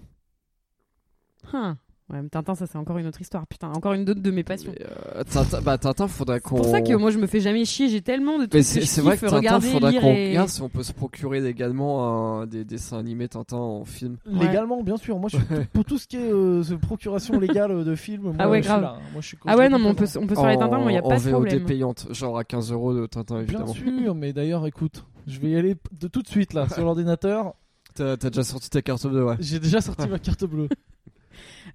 [SPEAKER 3] Hein. Ouais, mais Tintin, ça c'est encore une autre histoire. Putain, encore une d'autre de mes passions.
[SPEAKER 4] Mais, euh, Tintin, bah, Tintin, faudrait
[SPEAKER 3] C'est
[SPEAKER 4] qu'on.
[SPEAKER 3] pour ça que moi je me fais jamais chier, j'ai tellement de trucs.
[SPEAKER 4] Mais
[SPEAKER 3] que
[SPEAKER 4] c'est
[SPEAKER 3] je
[SPEAKER 4] c'est vrai
[SPEAKER 3] kiffe
[SPEAKER 4] que Tintin,
[SPEAKER 3] regarder,
[SPEAKER 4] faudrait
[SPEAKER 3] lire
[SPEAKER 4] qu'on
[SPEAKER 3] et-
[SPEAKER 4] regarde si on peut se procurer également un- des dessins animés Tintin en film.
[SPEAKER 3] Ouais.
[SPEAKER 1] Légalement, bien sûr. Moi, je suis pour tout ce qui est euh, ce procuration légale euh, de films. Moi,
[SPEAKER 3] Ah ouais,
[SPEAKER 1] je
[SPEAKER 3] grave.
[SPEAKER 1] Suis là, hein. Moi, je suis
[SPEAKER 3] Ah ouais, non, mais on
[SPEAKER 1] complètement
[SPEAKER 3] peut, on peut se faire les
[SPEAKER 4] En-
[SPEAKER 3] Tintins, moi il a pas
[SPEAKER 4] en
[SPEAKER 3] de
[SPEAKER 4] VOD
[SPEAKER 3] problème.
[SPEAKER 4] payante, genre à 15 euros de Tintin,
[SPEAKER 1] Bien
[SPEAKER 4] évidemment.
[SPEAKER 1] sûr, mais d'ailleurs, écoute, je vais y aller de tout de suite là sur l'ordinateur.
[SPEAKER 4] T'as t'as déjà sorti ta carte bleue, ouais.
[SPEAKER 1] J'ai déjà sorti ma carte bleue.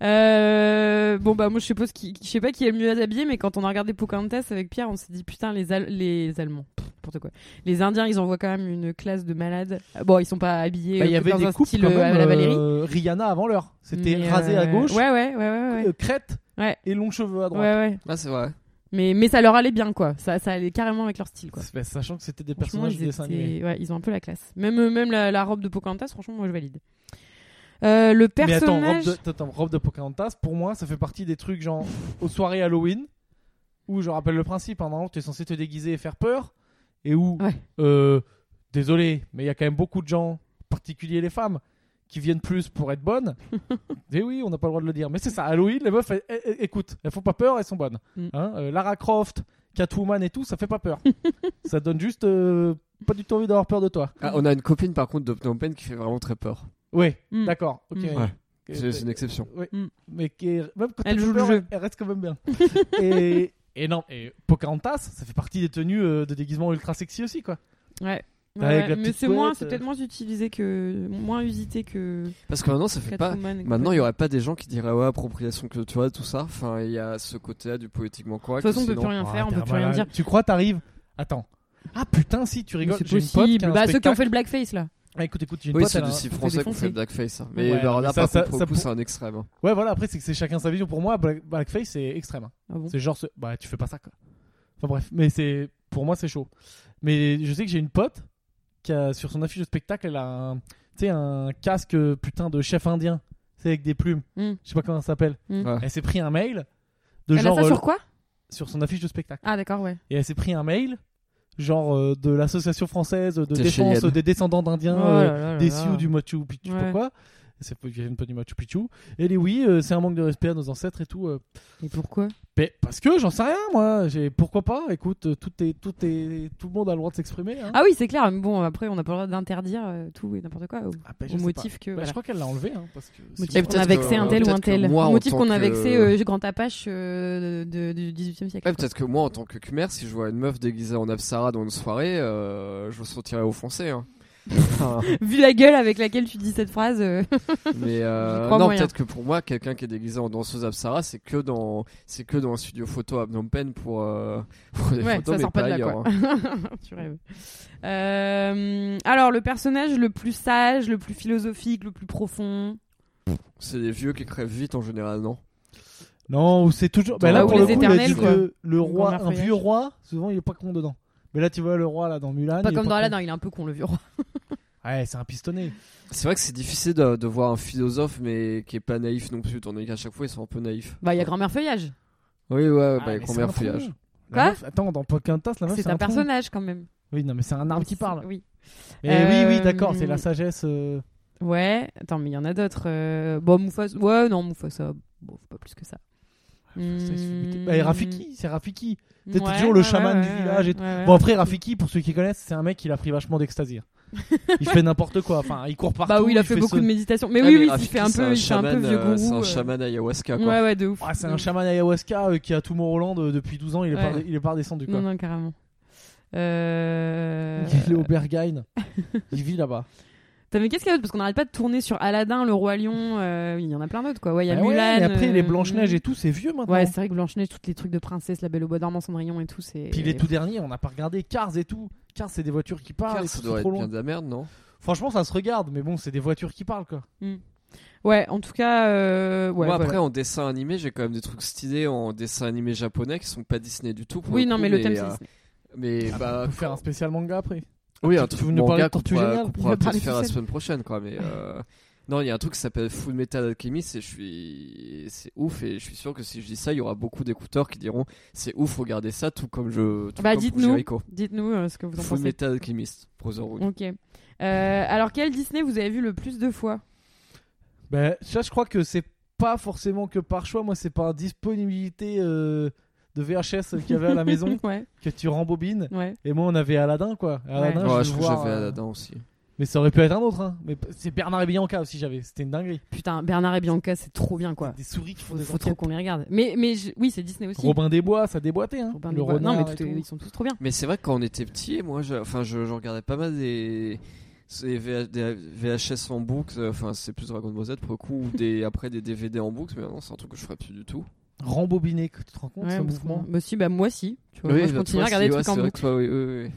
[SPEAKER 3] Euh, bon bah moi je suppose qui, je sais pas qui est le mieux habillé mais quand on a regardé Pocahontas avec Pierre on s'est dit putain les Al- les Allemands pff, n'importe quoi les Indiens ils envoient quand même une classe de malades Euh, bon ils sont pas habillés
[SPEAKER 1] Bah, Il
[SPEAKER 3] euh,
[SPEAKER 1] y
[SPEAKER 3] que
[SPEAKER 1] avait
[SPEAKER 3] dans
[SPEAKER 1] des
[SPEAKER 3] un
[SPEAKER 1] coupes
[SPEAKER 3] style
[SPEAKER 1] quand
[SPEAKER 3] euh, à
[SPEAKER 1] même,
[SPEAKER 3] la Valérie
[SPEAKER 1] euh, Rihanna avant l'heure. C'était
[SPEAKER 3] Mais,
[SPEAKER 1] rasé
[SPEAKER 3] euh,
[SPEAKER 1] à gauche,
[SPEAKER 3] ouais ouais ouais ouais ouais
[SPEAKER 1] euh, crête
[SPEAKER 3] ouais,
[SPEAKER 1] et longs cheveux à
[SPEAKER 3] ouais,
[SPEAKER 1] droite.
[SPEAKER 3] ouais.
[SPEAKER 4] Ah, c'est vrai.
[SPEAKER 3] mais mais ça leur allait bien quoi ça ça allait carrément avec leur style quoi
[SPEAKER 1] Bah, sachant que c'était des
[SPEAKER 3] Franchement,
[SPEAKER 1] personnages du
[SPEAKER 3] ils,
[SPEAKER 1] dessin
[SPEAKER 3] étaient-
[SPEAKER 1] animé.
[SPEAKER 3] ouais, ils ont un peu la classe même euh, même la, la robe de Pocahontas franchement moi je valide Euh, le personnage
[SPEAKER 1] Mais attends robe, de, attends, robe de Pocahontas, pour moi, ça fait partie des trucs genre aux soirées Halloween, où je rappelle le principe, hein, normalement, tu es censé te déguiser et faire peur, et où,
[SPEAKER 3] Ouais.
[SPEAKER 1] euh, désolé, mais il y a quand même beaucoup de gens, en particulier les femmes, qui viennent plus pour être bonnes. et oui, on n'a pas le droit de le dire, mais c'est ça, Halloween, les meufs, elles- elles- elles- écoute, elles font pas peur, elles sont bonnes.
[SPEAKER 3] Mm.
[SPEAKER 1] Hein, euh, Lara Croft, Catwoman et tout, ça fait pas peur. ça donne juste euh, pas du tout envie d'avoir peur de toi.
[SPEAKER 4] Ah, on a une copine par contre de Phnom Penh qui fait vraiment très peur.
[SPEAKER 1] Oui,
[SPEAKER 3] Mm.
[SPEAKER 1] d'accord. ok.
[SPEAKER 3] Mm. Ouais.
[SPEAKER 1] Ok,
[SPEAKER 4] C'est c'est une exception.
[SPEAKER 1] oui.
[SPEAKER 3] Mm.
[SPEAKER 1] Mais qui est- même quand
[SPEAKER 3] Elle
[SPEAKER 1] elle
[SPEAKER 3] joue
[SPEAKER 1] joue
[SPEAKER 3] le jeu.
[SPEAKER 1] elle reste quand même bien. et, et non, et Pocahontas, ça fait partie des tenues euh, de déguisement ultra sexy aussi, quoi.
[SPEAKER 3] Ouais.
[SPEAKER 1] Avec la
[SPEAKER 3] Ouais, ouais. mais
[SPEAKER 1] petite
[SPEAKER 3] c'est moins,
[SPEAKER 1] couette,
[SPEAKER 3] c'est
[SPEAKER 1] euh.
[SPEAKER 3] peut-être moins utilisé que, moins usité que
[SPEAKER 4] Parce que maintenant, ça fait pas.
[SPEAKER 3] Catwoman. et
[SPEAKER 4] Maintenant,
[SPEAKER 3] compagnie.
[SPEAKER 4] il y aurait pas des gens qui diraient ouais, appropriation culturelle, tout ça. Enfin, il y a ce côté-là du politiquement
[SPEAKER 3] De
[SPEAKER 4] correct.
[SPEAKER 3] toute façon, on peut
[SPEAKER 4] sinon-
[SPEAKER 3] plus rien faire, on
[SPEAKER 1] Ah,
[SPEAKER 3] peut
[SPEAKER 1] t'es
[SPEAKER 3] plus
[SPEAKER 1] un
[SPEAKER 3] rien
[SPEAKER 1] malade.
[SPEAKER 3] dire.
[SPEAKER 1] Tu crois, t'arrives Attends. Ah putain, si, tu rigoles,
[SPEAKER 3] C'est
[SPEAKER 1] j'ai une pote qui a
[SPEAKER 3] possible.
[SPEAKER 1] un
[SPEAKER 3] Bah, ceux qui ont
[SPEAKER 1] spectacle-
[SPEAKER 3] fait le blackface là.
[SPEAKER 1] Ah, écoute, écoute, j'ai une
[SPEAKER 4] Oui,
[SPEAKER 1] pote,
[SPEAKER 4] c'est
[SPEAKER 1] elle a
[SPEAKER 4] du
[SPEAKER 1] un-
[SPEAKER 4] cible français qu'on
[SPEAKER 3] défoncer.
[SPEAKER 4] fait le blackface. hein. Mais
[SPEAKER 1] Ouais,
[SPEAKER 4] alors
[SPEAKER 1] mais
[SPEAKER 4] là,
[SPEAKER 1] ça-
[SPEAKER 4] par
[SPEAKER 1] ça-
[SPEAKER 4] contre, pour le
[SPEAKER 1] ça
[SPEAKER 4] coup,
[SPEAKER 1] pour-
[SPEAKER 4] c'est un extrême. hein.
[SPEAKER 1] Ouais, voilà, après, c'est que c'est chacun sa vision. Pour moi, black- blackface, c'est extrême. hein.
[SPEAKER 3] Ah bon
[SPEAKER 1] C'est genre, ce- bah, tu fais pas ça, quoi. Enfin, bref, mais c'est. Pour moi, c'est chaud. Mais je sais que j'ai une pote qui a, sur son affiche de spectacle, elle a un. Tu sais, un casque, euh, putain, de chef indien. C'est avec des plumes.
[SPEAKER 3] Mm.
[SPEAKER 1] Je sais pas comment ça s'appelle.
[SPEAKER 3] Mm.
[SPEAKER 4] Ouais.
[SPEAKER 1] Elle s'est pris un mail de
[SPEAKER 3] Elle a
[SPEAKER 1] genre
[SPEAKER 3] ça
[SPEAKER 1] euh,
[SPEAKER 3] sur quoi
[SPEAKER 1] sur son affiche de spectacle.
[SPEAKER 3] Ah d'accord, ouais.
[SPEAKER 1] Et elle s'est pris un mail genre euh, de l'association française de
[SPEAKER 4] T'es
[SPEAKER 1] défense
[SPEAKER 4] Cheyenne.
[SPEAKER 1] des descendants d'Indiens,
[SPEAKER 3] Oh
[SPEAKER 1] euh,
[SPEAKER 3] là là là
[SPEAKER 1] des
[SPEAKER 3] là.
[SPEAKER 1] Sioux du Machu Picchu,
[SPEAKER 3] Ouais.
[SPEAKER 1] pourquoi C'est pas- ils viennent pas du Machu Picchu. Et elle dit oui, euh, c'est un manque de respect à nos ancêtres et tout. euh.
[SPEAKER 3] Et pourquoi
[SPEAKER 1] Mais parce que j'en sais rien moi. J'ai pourquoi pas Écoute, euh, tout est tout est tout le monde a le droit de s'exprimer. hein.
[SPEAKER 3] Ah oui, c'est clair. Mais bon, après, on n'a pas le droit d'interdire euh, tout et n'importe quoi au,
[SPEAKER 1] Ah, ben, je
[SPEAKER 3] au
[SPEAKER 1] sais
[SPEAKER 3] motif
[SPEAKER 1] pas.
[SPEAKER 3] que.
[SPEAKER 1] Ben,
[SPEAKER 3] voilà.
[SPEAKER 1] Je crois qu'elle l'a enlevé hein, parce que
[SPEAKER 3] Motif
[SPEAKER 4] Et
[SPEAKER 1] c'est-
[SPEAKER 3] qu'on
[SPEAKER 4] peut-être
[SPEAKER 3] a vexé
[SPEAKER 4] que-
[SPEAKER 3] un tel ou
[SPEAKER 4] peut-être
[SPEAKER 3] un
[SPEAKER 4] que
[SPEAKER 3] tel.
[SPEAKER 4] moi, en
[SPEAKER 3] motif
[SPEAKER 4] tant
[SPEAKER 3] qu'on a
[SPEAKER 4] que-
[SPEAKER 3] vexé euh, Grand Apache euh, de- du 18 e siècle.
[SPEAKER 4] Ouais, peut-être que moi, en tant que Khmer, si je vois une meuf déguisée en Apsara dans une soirée, euh, je me sentirais offensé. hein. Enfin,
[SPEAKER 3] Vu la gueule avec laquelle tu dis cette phrase. euh,
[SPEAKER 4] mais euh,
[SPEAKER 3] J'y crois
[SPEAKER 4] non,
[SPEAKER 3] moyen.
[SPEAKER 4] peut-être que pour moi, quelqu'un qui est déguisé en danseuse Apsara, c'est que dans c'est que dans un studio photo à Phnom Penh pour, euh, pour des
[SPEAKER 3] Ouais,
[SPEAKER 4] photos,
[SPEAKER 3] ça
[SPEAKER 4] mais
[SPEAKER 3] sort
[SPEAKER 4] pas,
[SPEAKER 3] pas de là,
[SPEAKER 4] ailleurs.
[SPEAKER 3] quoi.
[SPEAKER 4] hein.
[SPEAKER 3] tu rêves. Euh, alors, le personnage le plus sage, le plus philosophique, le plus profond.
[SPEAKER 4] C'est des vieux qui crèvent vite en général, non
[SPEAKER 1] Non, ou c'est toujours. Ben
[SPEAKER 3] Bah
[SPEAKER 4] Dans
[SPEAKER 1] là,
[SPEAKER 4] Ou
[SPEAKER 1] pour
[SPEAKER 4] les
[SPEAKER 1] le coup, il a
[SPEAKER 3] Éternels,
[SPEAKER 1] dit
[SPEAKER 3] quoi.
[SPEAKER 1] que le roi,
[SPEAKER 3] Grand-mère
[SPEAKER 1] un vieux
[SPEAKER 3] Feuillage.
[SPEAKER 1] roi, souvent il est pas con dedans. Mais là, tu vois le roi là dans Mulan.
[SPEAKER 3] pas
[SPEAKER 1] Ah, il est
[SPEAKER 3] comme dans
[SPEAKER 1] con.
[SPEAKER 3] Aladdin, il est un peu con le vieux roi.
[SPEAKER 1] Ouais, c'est un pistonné.
[SPEAKER 4] C'est vrai que c'est difficile de, de voir un philosophe, mais qui est pas naïf non plus, étant donné qu'à chaque fois, ils sont un peu naïfs.
[SPEAKER 3] Bah, il y a grand-mère feuillage.
[SPEAKER 4] Oui, ouais,
[SPEAKER 1] Ah,
[SPEAKER 4] bah,
[SPEAKER 1] mais
[SPEAKER 4] grand
[SPEAKER 1] c'est un
[SPEAKER 4] mère
[SPEAKER 1] tronc.
[SPEAKER 4] feuillage.
[SPEAKER 1] La
[SPEAKER 3] Quoi
[SPEAKER 1] meuf- Attends, dans Pocahontas, la meuf, Ah
[SPEAKER 3] C'est
[SPEAKER 1] c'est
[SPEAKER 3] un
[SPEAKER 1] un tronc.
[SPEAKER 3] personnage quand même.
[SPEAKER 1] Oui, non, mais c'est un arbre qui parle.
[SPEAKER 3] Oui.
[SPEAKER 1] Mais
[SPEAKER 3] Euh,
[SPEAKER 1] oui, oui, d'accord, c'est
[SPEAKER 3] hum.
[SPEAKER 1] la sagesse. euh,
[SPEAKER 3] Ouais. Attends, mais il y en a d'autres. euh, Bon, Mufasa. Ouais, non, Mufasa. Bon, faut pas plus que
[SPEAKER 1] ça,
[SPEAKER 3] ça.
[SPEAKER 1] Ah, il se fait buter.
[SPEAKER 3] Hmm.
[SPEAKER 1] Bah, et Rafiki, c'est Rafiki.
[SPEAKER 3] Ouais,
[SPEAKER 1] C'était toujours le
[SPEAKER 3] ouais,
[SPEAKER 1] chaman
[SPEAKER 3] ouais,
[SPEAKER 1] du
[SPEAKER 3] ouais,
[SPEAKER 1] village et
[SPEAKER 3] ouais, ouais,
[SPEAKER 1] Bon,
[SPEAKER 3] ouais.
[SPEAKER 1] après, Rafiki, pour ceux qui connaissent, c'est un mec qui l'a pris vachement d'extasie. hein. il fait n'importe quoi. Enfin, il court partout.
[SPEAKER 3] Bah oui, il a fait beaucoup
[SPEAKER 1] saut-
[SPEAKER 3] de méditation. Mais
[SPEAKER 4] Ah,
[SPEAKER 3] oui, oui, il
[SPEAKER 4] Rafiki,
[SPEAKER 3] fait un
[SPEAKER 4] c'est
[SPEAKER 3] peu, il fait un peu
[SPEAKER 4] chaman,
[SPEAKER 3] vieux
[SPEAKER 4] euh,
[SPEAKER 3] gourou.
[SPEAKER 4] C'est
[SPEAKER 3] euh.
[SPEAKER 4] un chaman ayahuasca, quoi.
[SPEAKER 3] Ouais, ouais, de ouf.
[SPEAKER 1] Ah, c'est
[SPEAKER 3] De
[SPEAKER 1] un
[SPEAKER 3] ouf.
[SPEAKER 1] chaman ayahuasca euh, qui est à Tomorrowland euh, depuis 12 ans. Il est, pas,
[SPEAKER 3] Mm. Ouais.
[SPEAKER 1] il est pas redescendu quoi.
[SPEAKER 3] Non, non, carrément. Euh...
[SPEAKER 1] Il est au Berghain. il vit là-bas.
[SPEAKER 3] T'as- Mais qu'est-ce qu'il y a d'autre Parce qu'on n'arrête pas de tourner sur Aladdin, le roi lion. euh, Il y en a plein d'autres, quoi. Ouais, il y a
[SPEAKER 1] Bah ouais,
[SPEAKER 3] Mulan.
[SPEAKER 1] et après, les
[SPEAKER 3] euh,
[SPEAKER 1] Blanche-Neige et tout, c'est vieux maintenant.
[SPEAKER 3] Ouais, c'est vrai que Blanche-Neige, tous les trucs de princesse, la Belle au Bois dormant, Cendrillon et tout, c'est.
[SPEAKER 1] Puis les tout derniers, on n'a pas regardé. Cars et tout. Cars, c'est des voitures qui parlent.
[SPEAKER 4] Car
[SPEAKER 1] et
[SPEAKER 4] ça
[SPEAKER 1] tout,
[SPEAKER 4] doit
[SPEAKER 1] c'est
[SPEAKER 4] être
[SPEAKER 1] trop
[SPEAKER 4] bien
[SPEAKER 1] long.
[SPEAKER 4] de la merde, non
[SPEAKER 1] Franchement, ça se regarde, mais bon, c'est des voitures qui parlent quoi.
[SPEAKER 3] Ouais, en tout cas, euh, ouais.
[SPEAKER 4] Moi, après,
[SPEAKER 3] voilà.
[SPEAKER 4] en dessin animé, j'ai quand même des trucs stylés en dessin animé japonais qui sont pas Disney du tout. pour
[SPEAKER 3] Oui, non,
[SPEAKER 4] coup,
[SPEAKER 3] mais le thème, c'est
[SPEAKER 4] euh,
[SPEAKER 3] Disney.
[SPEAKER 4] Mais
[SPEAKER 1] Ah,
[SPEAKER 4] bah.
[SPEAKER 1] on peut faire un spécial manga après.
[SPEAKER 4] Oui,
[SPEAKER 1] Tu-
[SPEAKER 4] un
[SPEAKER 1] tu
[SPEAKER 4] truc
[SPEAKER 1] veux nous parler de
[SPEAKER 4] manga qu'on
[SPEAKER 1] Tortue
[SPEAKER 4] pourra,
[SPEAKER 1] Géniale
[SPEAKER 4] qu'on
[SPEAKER 1] Il
[SPEAKER 4] pourra
[SPEAKER 3] va
[SPEAKER 4] peut-être
[SPEAKER 3] parler
[SPEAKER 4] faire
[SPEAKER 3] tout
[SPEAKER 4] la
[SPEAKER 3] seul.
[SPEAKER 4] semaine prochaine, quoi. Mais euh, non, il y a un truc qui s'appelle Full Metal Alchemist et je suis, c'est ouf et je suis sûr que si je dis ça, il y aura beaucoup d'écouteurs qui diront c'est ouf, regardez ça, tout comme je. Tout
[SPEAKER 3] Bah,
[SPEAKER 4] comme pour
[SPEAKER 3] dites-nous.
[SPEAKER 4] Jericho.
[SPEAKER 3] Dites-nous euh, ce que vous en
[SPEAKER 4] Full
[SPEAKER 3] pensez.
[SPEAKER 4] Metal Alchemist, Brotherhood.
[SPEAKER 3] Ok. Euh, alors, quel Disney vous avez vu le plus de fois
[SPEAKER 1] Ben, ça, je crois que c'est pas forcément que par choix. Moi, c'est par disponibilité euh, de VHS qu'il y avait à la maison
[SPEAKER 3] Ouais,
[SPEAKER 1] que tu rembobines.
[SPEAKER 3] ouais.
[SPEAKER 1] Et moi, on avait Aladdin, quoi. Aladdin,
[SPEAKER 3] Ouais.
[SPEAKER 1] je,
[SPEAKER 4] Ouais,
[SPEAKER 1] veux
[SPEAKER 4] je
[SPEAKER 1] le
[SPEAKER 4] trouve que
[SPEAKER 1] voir,
[SPEAKER 4] j'avais
[SPEAKER 1] euh,
[SPEAKER 4] Aladdin aussi.
[SPEAKER 1] Mais ça aurait pu être un autre. Hein. Mais p- c'est Bernard et Bianca aussi, j'avais. C'était une dinguerie.
[SPEAKER 3] Putain, Bernard et Bianca, c'est trop bien, quoi.
[SPEAKER 1] Des souris qui font
[SPEAKER 3] Faut,
[SPEAKER 1] des
[SPEAKER 3] faut trop
[SPEAKER 1] enquêtes.
[SPEAKER 3] qu'on les regarde. Mais, mais je- oui, c'est Disney aussi.
[SPEAKER 1] Robin des Bois, ça déboîtait. Hein.
[SPEAKER 3] Robin
[SPEAKER 1] le
[SPEAKER 3] des Bois. Non, mais
[SPEAKER 1] renard et
[SPEAKER 3] tout est-
[SPEAKER 1] tout.
[SPEAKER 3] ils sont tous trop bien.
[SPEAKER 4] Mais c'est vrai que quand on était petit, moi, je, enfin, je, je regardais pas mal des, des VH des VHS en boucle, euh, enfin, c'est plus Dragon Ball Z pour le coup, ou des, après des DVD en boucle, mais non, c'est un truc que je ferais plus du tout.
[SPEAKER 1] Rembobiné, que tu te rends compte,
[SPEAKER 3] Ouais,
[SPEAKER 1] ce
[SPEAKER 3] parce que-
[SPEAKER 1] mouvement.
[SPEAKER 3] Bah si, bah moi si. Tu vois, moi, je
[SPEAKER 4] bah,
[SPEAKER 3] continue à
[SPEAKER 4] toi,
[SPEAKER 3] regarder
[SPEAKER 4] si,
[SPEAKER 3] des
[SPEAKER 4] ouais,
[SPEAKER 3] trucs en
[SPEAKER 4] c'est vrai
[SPEAKER 3] boucle.
[SPEAKER 4] que toi, oui, oui, oui.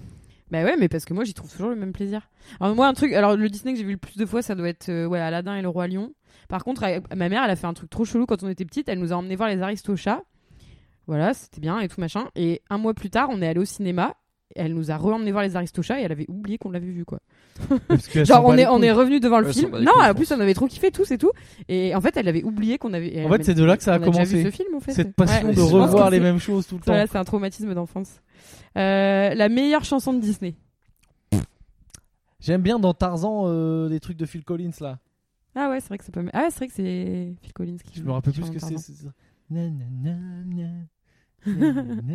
[SPEAKER 3] Bah ouais, mais parce que moi j'y trouve toujours le même plaisir. Alors moi un truc, alors le Disney que j'ai vu le plus de fois, ça doit être euh, ouais Aladdin et le roi lion. Par contre, avec- ma mère, elle a fait un truc trop chelou quand on était petite. Elle nous a emmené voir les Aristochats. Voilà, c'était bien et tout machin. Et un mois plus tard, on est allé au cinéma. Elle nous a re-emmené voir les Aristochats et elle avait oublié qu'on l'avait vu quoi.
[SPEAKER 1] Parce qu'elles
[SPEAKER 3] Genre
[SPEAKER 1] sont pas
[SPEAKER 3] on
[SPEAKER 1] les
[SPEAKER 3] est on
[SPEAKER 1] couilles.
[SPEAKER 3] est revenu devant le
[SPEAKER 4] Elles
[SPEAKER 3] film.
[SPEAKER 4] sont pas les
[SPEAKER 3] Non,
[SPEAKER 4] couilles,
[SPEAKER 3] en plus on avait trop kiffé tous et tout. Et en fait, elle avait oublié qu'on avait. et
[SPEAKER 1] En fait,
[SPEAKER 3] elle
[SPEAKER 1] c'est
[SPEAKER 3] m'a
[SPEAKER 1] de là
[SPEAKER 3] dit,
[SPEAKER 1] que ça a
[SPEAKER 3] on déjà vu
[SPEAKER 1] commencé.
[SPEAKER 3] ce film, en fait.
[SPEAKER 1] Cette passion
[SPEAKER 4] Ouais,
[SPEAKER 1] de
[SPEAKER 4] je pense
[SPEAKER 1] revoir
[SPEAKER 4] que
[SPEAKER 1] les
[SPEAKER 3] mêmes
[SPEAKER 1] mêmes choses tout le temps.
[SPEAKER 3] voilà, c'est un traumatisme d'enfance. Euh, la meilleure chanson de Disney.
[SPEAKER 1] J'aime bien dans Tarzan euh, les trucs de Phil Collins là.
[SPEAKER 3] Ah ouais, c'est vrai que c'est pas mal. Ah, c'est vrai que c'est Phil Collins qui
[SPEAKER 1] Je me rappelle
[SPEAKER 3] qui
[SPEAKER 1] plus ce que
[SPEAKER 3] chante
[SPEAKER 1] c'est.
[SPEAKER 3] Tarzan.
[SPEAKER 1] c'est ça. Na, na, na, na, na, na, na.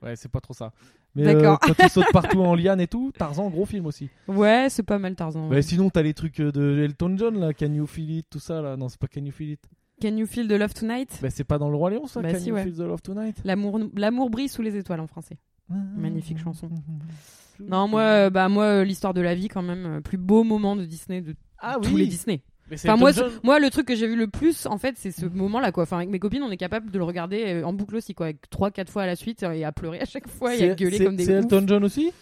[SPEAKER 1] Ouais, c'est pas trop ça. Mais euh,
[SPEAKER 3] D'accord.
[SPEAKER 1] quand il saute partout en liane et tout, Tarzan, gros film aussi.
[SPEAKER 3] Ouais, c'est pas mal Tarzan.
[SPEAKER 1] Bah, sinon, t'as les trucs euh, de Elton John là, Can You Feel It, tout ça là. Non, c'est pas Can You Feel It.
[SPEAKER 3] Can You Feel the Love Tonight
[SPEAKER 1] Bah, c'est pas dans le Roi Lion ça,
[SPEAKER 3] Bah,
[SPEAKER 1] Can
[SPEAKER 3] si,
[SPEAKER 1] You
[SPEAKER 3] ouais.
[SPEAKER 1] Feel the Love Tonight.
[SPEAKER 3] L'amour l'amour brille sous les étoiles en français. Magnifique chanson. Non, moi
[SPEAKER 1] euh,
[SPEAKER 3] euh, bah moi euh, l'histoire de la vie quand même euh, plus beau moment de Disney de
[SPEAKER 1] Ah
[SPEAKER 3] tous les
[SPEAKER 1] oui.
[SPEAKER 3] Disney.
[SPEAKER 1] Mais c'est
[SPEAKER 3] Enfin
[SPEAKER 1] Elton
[SPEAKER 3] moi
[SPEAKER 1] John.
[SPEAKER 3] ce- moi le truc que j'ai vu le plus en fait, c'est ce moment là quoi. Enfin avec mes copines, on est capable de le regarder euh, en boucle aussi quoi, avec 3 4 fois à la suite euh, et à pleurer à chaque fois et à
[SPEAKER 1] C'est-
[SPEAKER 3] gueuler
[SPEAKER 1] c'est-
[SPEAKER 3] comme des
[SPEAKER 1] C'est
[SPEAKER 3] oufs.
[SPEAKER 1] Elton John aussi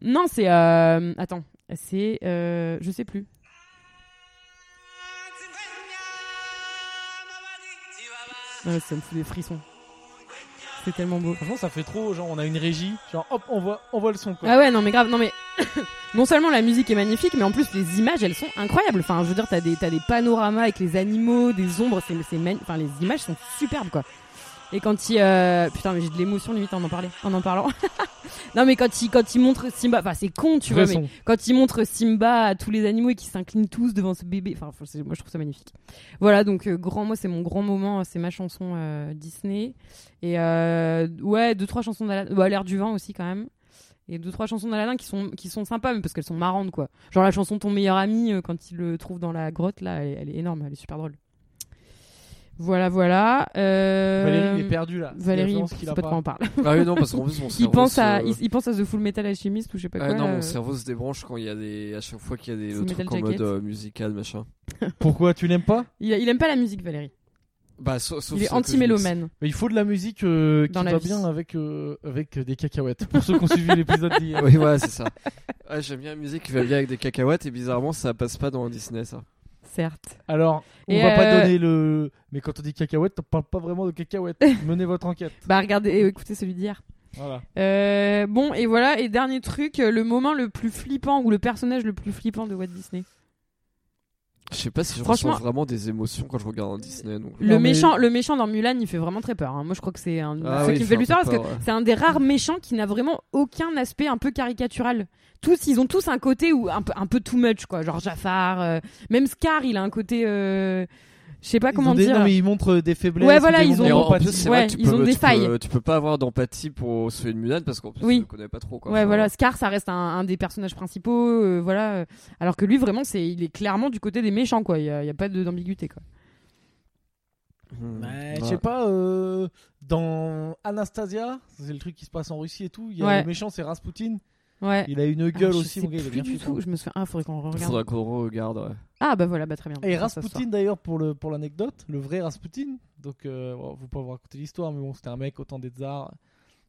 [SPEAKER 3] Non, c'est euh, attends, c'est euh, je sais plus. Ah, ça me fout des frissons. C'est tellement beau.
[SPEAKER 1] Franchement, ça fait trop. Genre, on a une régie. Genre, hop, on voit, on voit le son quoi.
[SPEAKER 3] Ah ouais, non mais grave, non mais non seulement la musique est magnifique, mais en plus les images elles sont incroyables. Enfin, je veux dire, t'as des t'as des panoramas avec les animaux, des ombres, c'est c'est magn- enfin les images sont superbes quoi. Et quand il euh, putain mais j'ai de l'émotion limite en en parler, en en parlant. non mais quand il quand il montre Simba, enfin c'est con tu
[SPEAKER 1] Vrai
[SPEAKER 3] vois, mais
[SPEAKER 1] son.
[SPEAKER 3] quand il montre Simba à tous les animaux et qu'ils s'inclinent tous devant ce bébé, enfin faut- c'est- moi je trouve ça magnifique. Voilà donc euh, grand moi c'est mon grand moment, euh, c'est ma chanson euh, Disney et euh, ouais deux trois chansons d'Aladin, bah, l'air du vent aussi quand même et deux trois chansons d'Aladin qui sont qui sont sympas mais parce qu'elles sont marrantes quoi. Genre la chanson ton meilleur ami euh, quand il le trouve dans la grotte là, elle, est- elle est énorme, elle est super drôle. Voilà voilà. euh,
[SPEAKER 1] Valérie, il est perdu là.
[SPEAKER 3] Valérie,
[SPEAKER 1] il
[SPEAKER 3] je
[SPEAKER 1] pense
[SPEAKER 3] sais
[SPEAKER 1] qu'il
[SPEAKER 3] pas
[SPEAKER 1] a
[SPEAKER 3] de
[SPEAKER 1] pas.
[SPEAKER 3] quoi on parle.
[SPEAKER 4] Ah oui, non, parce qu'en plus, mon
[SPEAKER 3] Il
[SPEAKER 4] cerveau
[SPEAKER 3] pense
[SPEAKER 4] se-
[SPEAKER 3] à il, il pense à The Full Metal Alchemist ou je sais pas
[SPEAKER 4] Ah
[SPEAKER 3] quoi.
[SPEAKER 4] non,
[SPEAKER 3] là,
[SPEAKER 4] mon
[SPEAKER 3] euh.
[SPEAKER 4] cerveau se débranche quand il y a des. À chaque fois qu'il y a des
[SPEAKER 3] Full
[SPEAKER 4] le
[SPEAKER 3] Metal
[SPEAKER 4] truc en mode
[SPEAKER 3] Jacket.
[SPEAKER 4] euh, musical, machin.
[SPEAKER 1] Pourquoi tu l'aimes pas
[SPEAKER 3] il, il aime pas la musique Valérie.
[SPEAKER 4] Bah, sauf. sauf
[SPEAKER 3] Il est
[SPEAKER 4] celle que je mixe.
[SPEAKER 3] anti-mélomane.
[SPEAKER 1] Mais il faut de la musique euh, qui
[SPEAKER 3] Dans la
[SPEAKER 1] va
[SPEAKER 3] vie.
[SPEAKER 1] bien avec, euh, avec euh, des cacahuètes. Pour ceux qui ont suivi l'épisode d'hier.
[SPEAKER 4] Oui, voilà, c'est ça. Ouais, J'aime bien la musique qui va bien avec des cacahuètes et bizarrement, ça passe pas dans Disney, ça.
[SPEAKER 3] Certes.
[SPEAKER 1] Alors, on
[SPEAKER 3] Et
[SPEAKER 1] va pas
[SPEAKER 3] euh,
[SPEAKER 1] donner le. Mais quand on dit cacahuètes, on parle pas vraiment de cacahuètes. Menez votre enquête.
[SPEAKER 3] Bah regardez, euh, écoutez celui d'hier.
[SPEAKER 1] Voilà.
[SPEAKER 3] Euh, bon et voilà et dernier truc, euh, le moment le plus flippant ou le personnage le plus flippant de Walt Disney.
[SPEAKER 4] Je sais pas si je
[SPEAKER 3] Franchement-
[SPEAKER 4] ressens vraiment des émotions quand je regarde un Disney. Donc...
[SPEAKER 3] Le
[SPEAKER 1] Non, mais-
[SPEAKER 3] méchant, le méchant dans Mulan, il fait vraiment très peur. hein. Moi je crois que c'est un
[SPEAKER 4] Ah
[SPEAKER 3] ce
[SPEAKER 4] oui,
[SPEAKER 3] qui
[SPEAKER 4] il
[SPEAKER 3] me fait
[SPEAKER 4] fait
[SPEAKER 3] le plus
[SPEAKER 4] un
[SPEAKER 3] peur
[SPEAKER 4] peu
[SPEAKER 3] parce que
[SPEAKER 4] peur, ouais.
[SPEAKER 3] c'est un des rares méchants qui n'a vraiment aucun aspect un peu caricatural. Tous ils ont tous un côté ou un peu un peu too much quoi, genre Jafar, euh, même Scar, il a un côté euh, je sais pas
[SPEAKER 1] Ils
[SPEAKER 3] comment
[SPEAKER 1] ont des-
[SPEAKER 3] dire.
[SPEAKER 1] non, mais ils montrent euh, des faiblesses.
[SPEAKER 3] Ouais,
[SPEAKER 1] ou
[SPEAKER 3] voilà,
[SPEAKER 1] des
[SPEAKER 3] ils
[SPEAKER 1] moments
[SPEAKER 3] ont-
[SPEAKER 4] Et en, en
[SPEAKER 1] d'empathie.
[SPEAKER 4] plus, c'est
[SPEAKER 3] ouais,
[SPEAKER 4] vrai que tu
[SPEAKER 3] ils
[SPEAKER 4] peux,
[SPEAKER 3] ont des
[SPEAKER 4] tu peux-
[SPEAKER 3] failles.
[SPEAKER 4] tu peux pas avoir d'empathie pour Sophie de Mulan parce qu'en plus,
[SPEAKER 3] Oui.
[SPEAKER 4] tu le connais pas trop. Quoi.
[SPEAKER 3] ouais,
[SPEAKER 4] Enfin,
[SPEAKER 3] voilà, Scar, ça reste un, un des personnages principaux, euh, voilà. euh, Alors que lui, vraiment, c'est, il est clairement du côté des méchants, quoi. Il y a, il y a pas de- d'ambiguïté, quoi.
[SPEAKER 4] hmm,
[SPEAKER 1] Ouais,
[SPEAKER 4] ouais.
[SPEAKER 1] Je sais pas, euh, dans Anastasia, c'est le truc qui se passe en Russie et tout. Il y a
[SPEAKER 3] Ouais.
[SPEAKER 1] le méchant, c'est Rasputin.
[SPEAKER 3] Ouais.
[SPEAKER 1] Il a une
[SPEAKER 3] Ah,
[SPEAKER 1] gueule
[SPEAKER 3] je
[SPEAKER 1] aussi,
[SPEAKER 3] sais
[SPEAKER 1] mon gars. Il est
[SPEAKER 3] plus
[SPEAKER 1] bien
[SPEAKER 3] du
[SPEAKER 1] foutu.
[SPEAKER 3] tout. Je me souviens. Ah, faudrait qu'on regarde.
[SPEAKER 4] Faudra qu'on regarde, ouais.
[SPEAKER 3] Ah, bah voilà, bah très bien.
[SPEAKER 1] Et
[SPEAKER 3] Ça, ça se
[SPEAKER 1] Rasputin d'ailleurs pour le pour l'anecdote, le vrai Rasputin. Donc euh, bon, vous pouvez vous raconter l'histoire, mais bon, c'était un mec au temps des tsars, un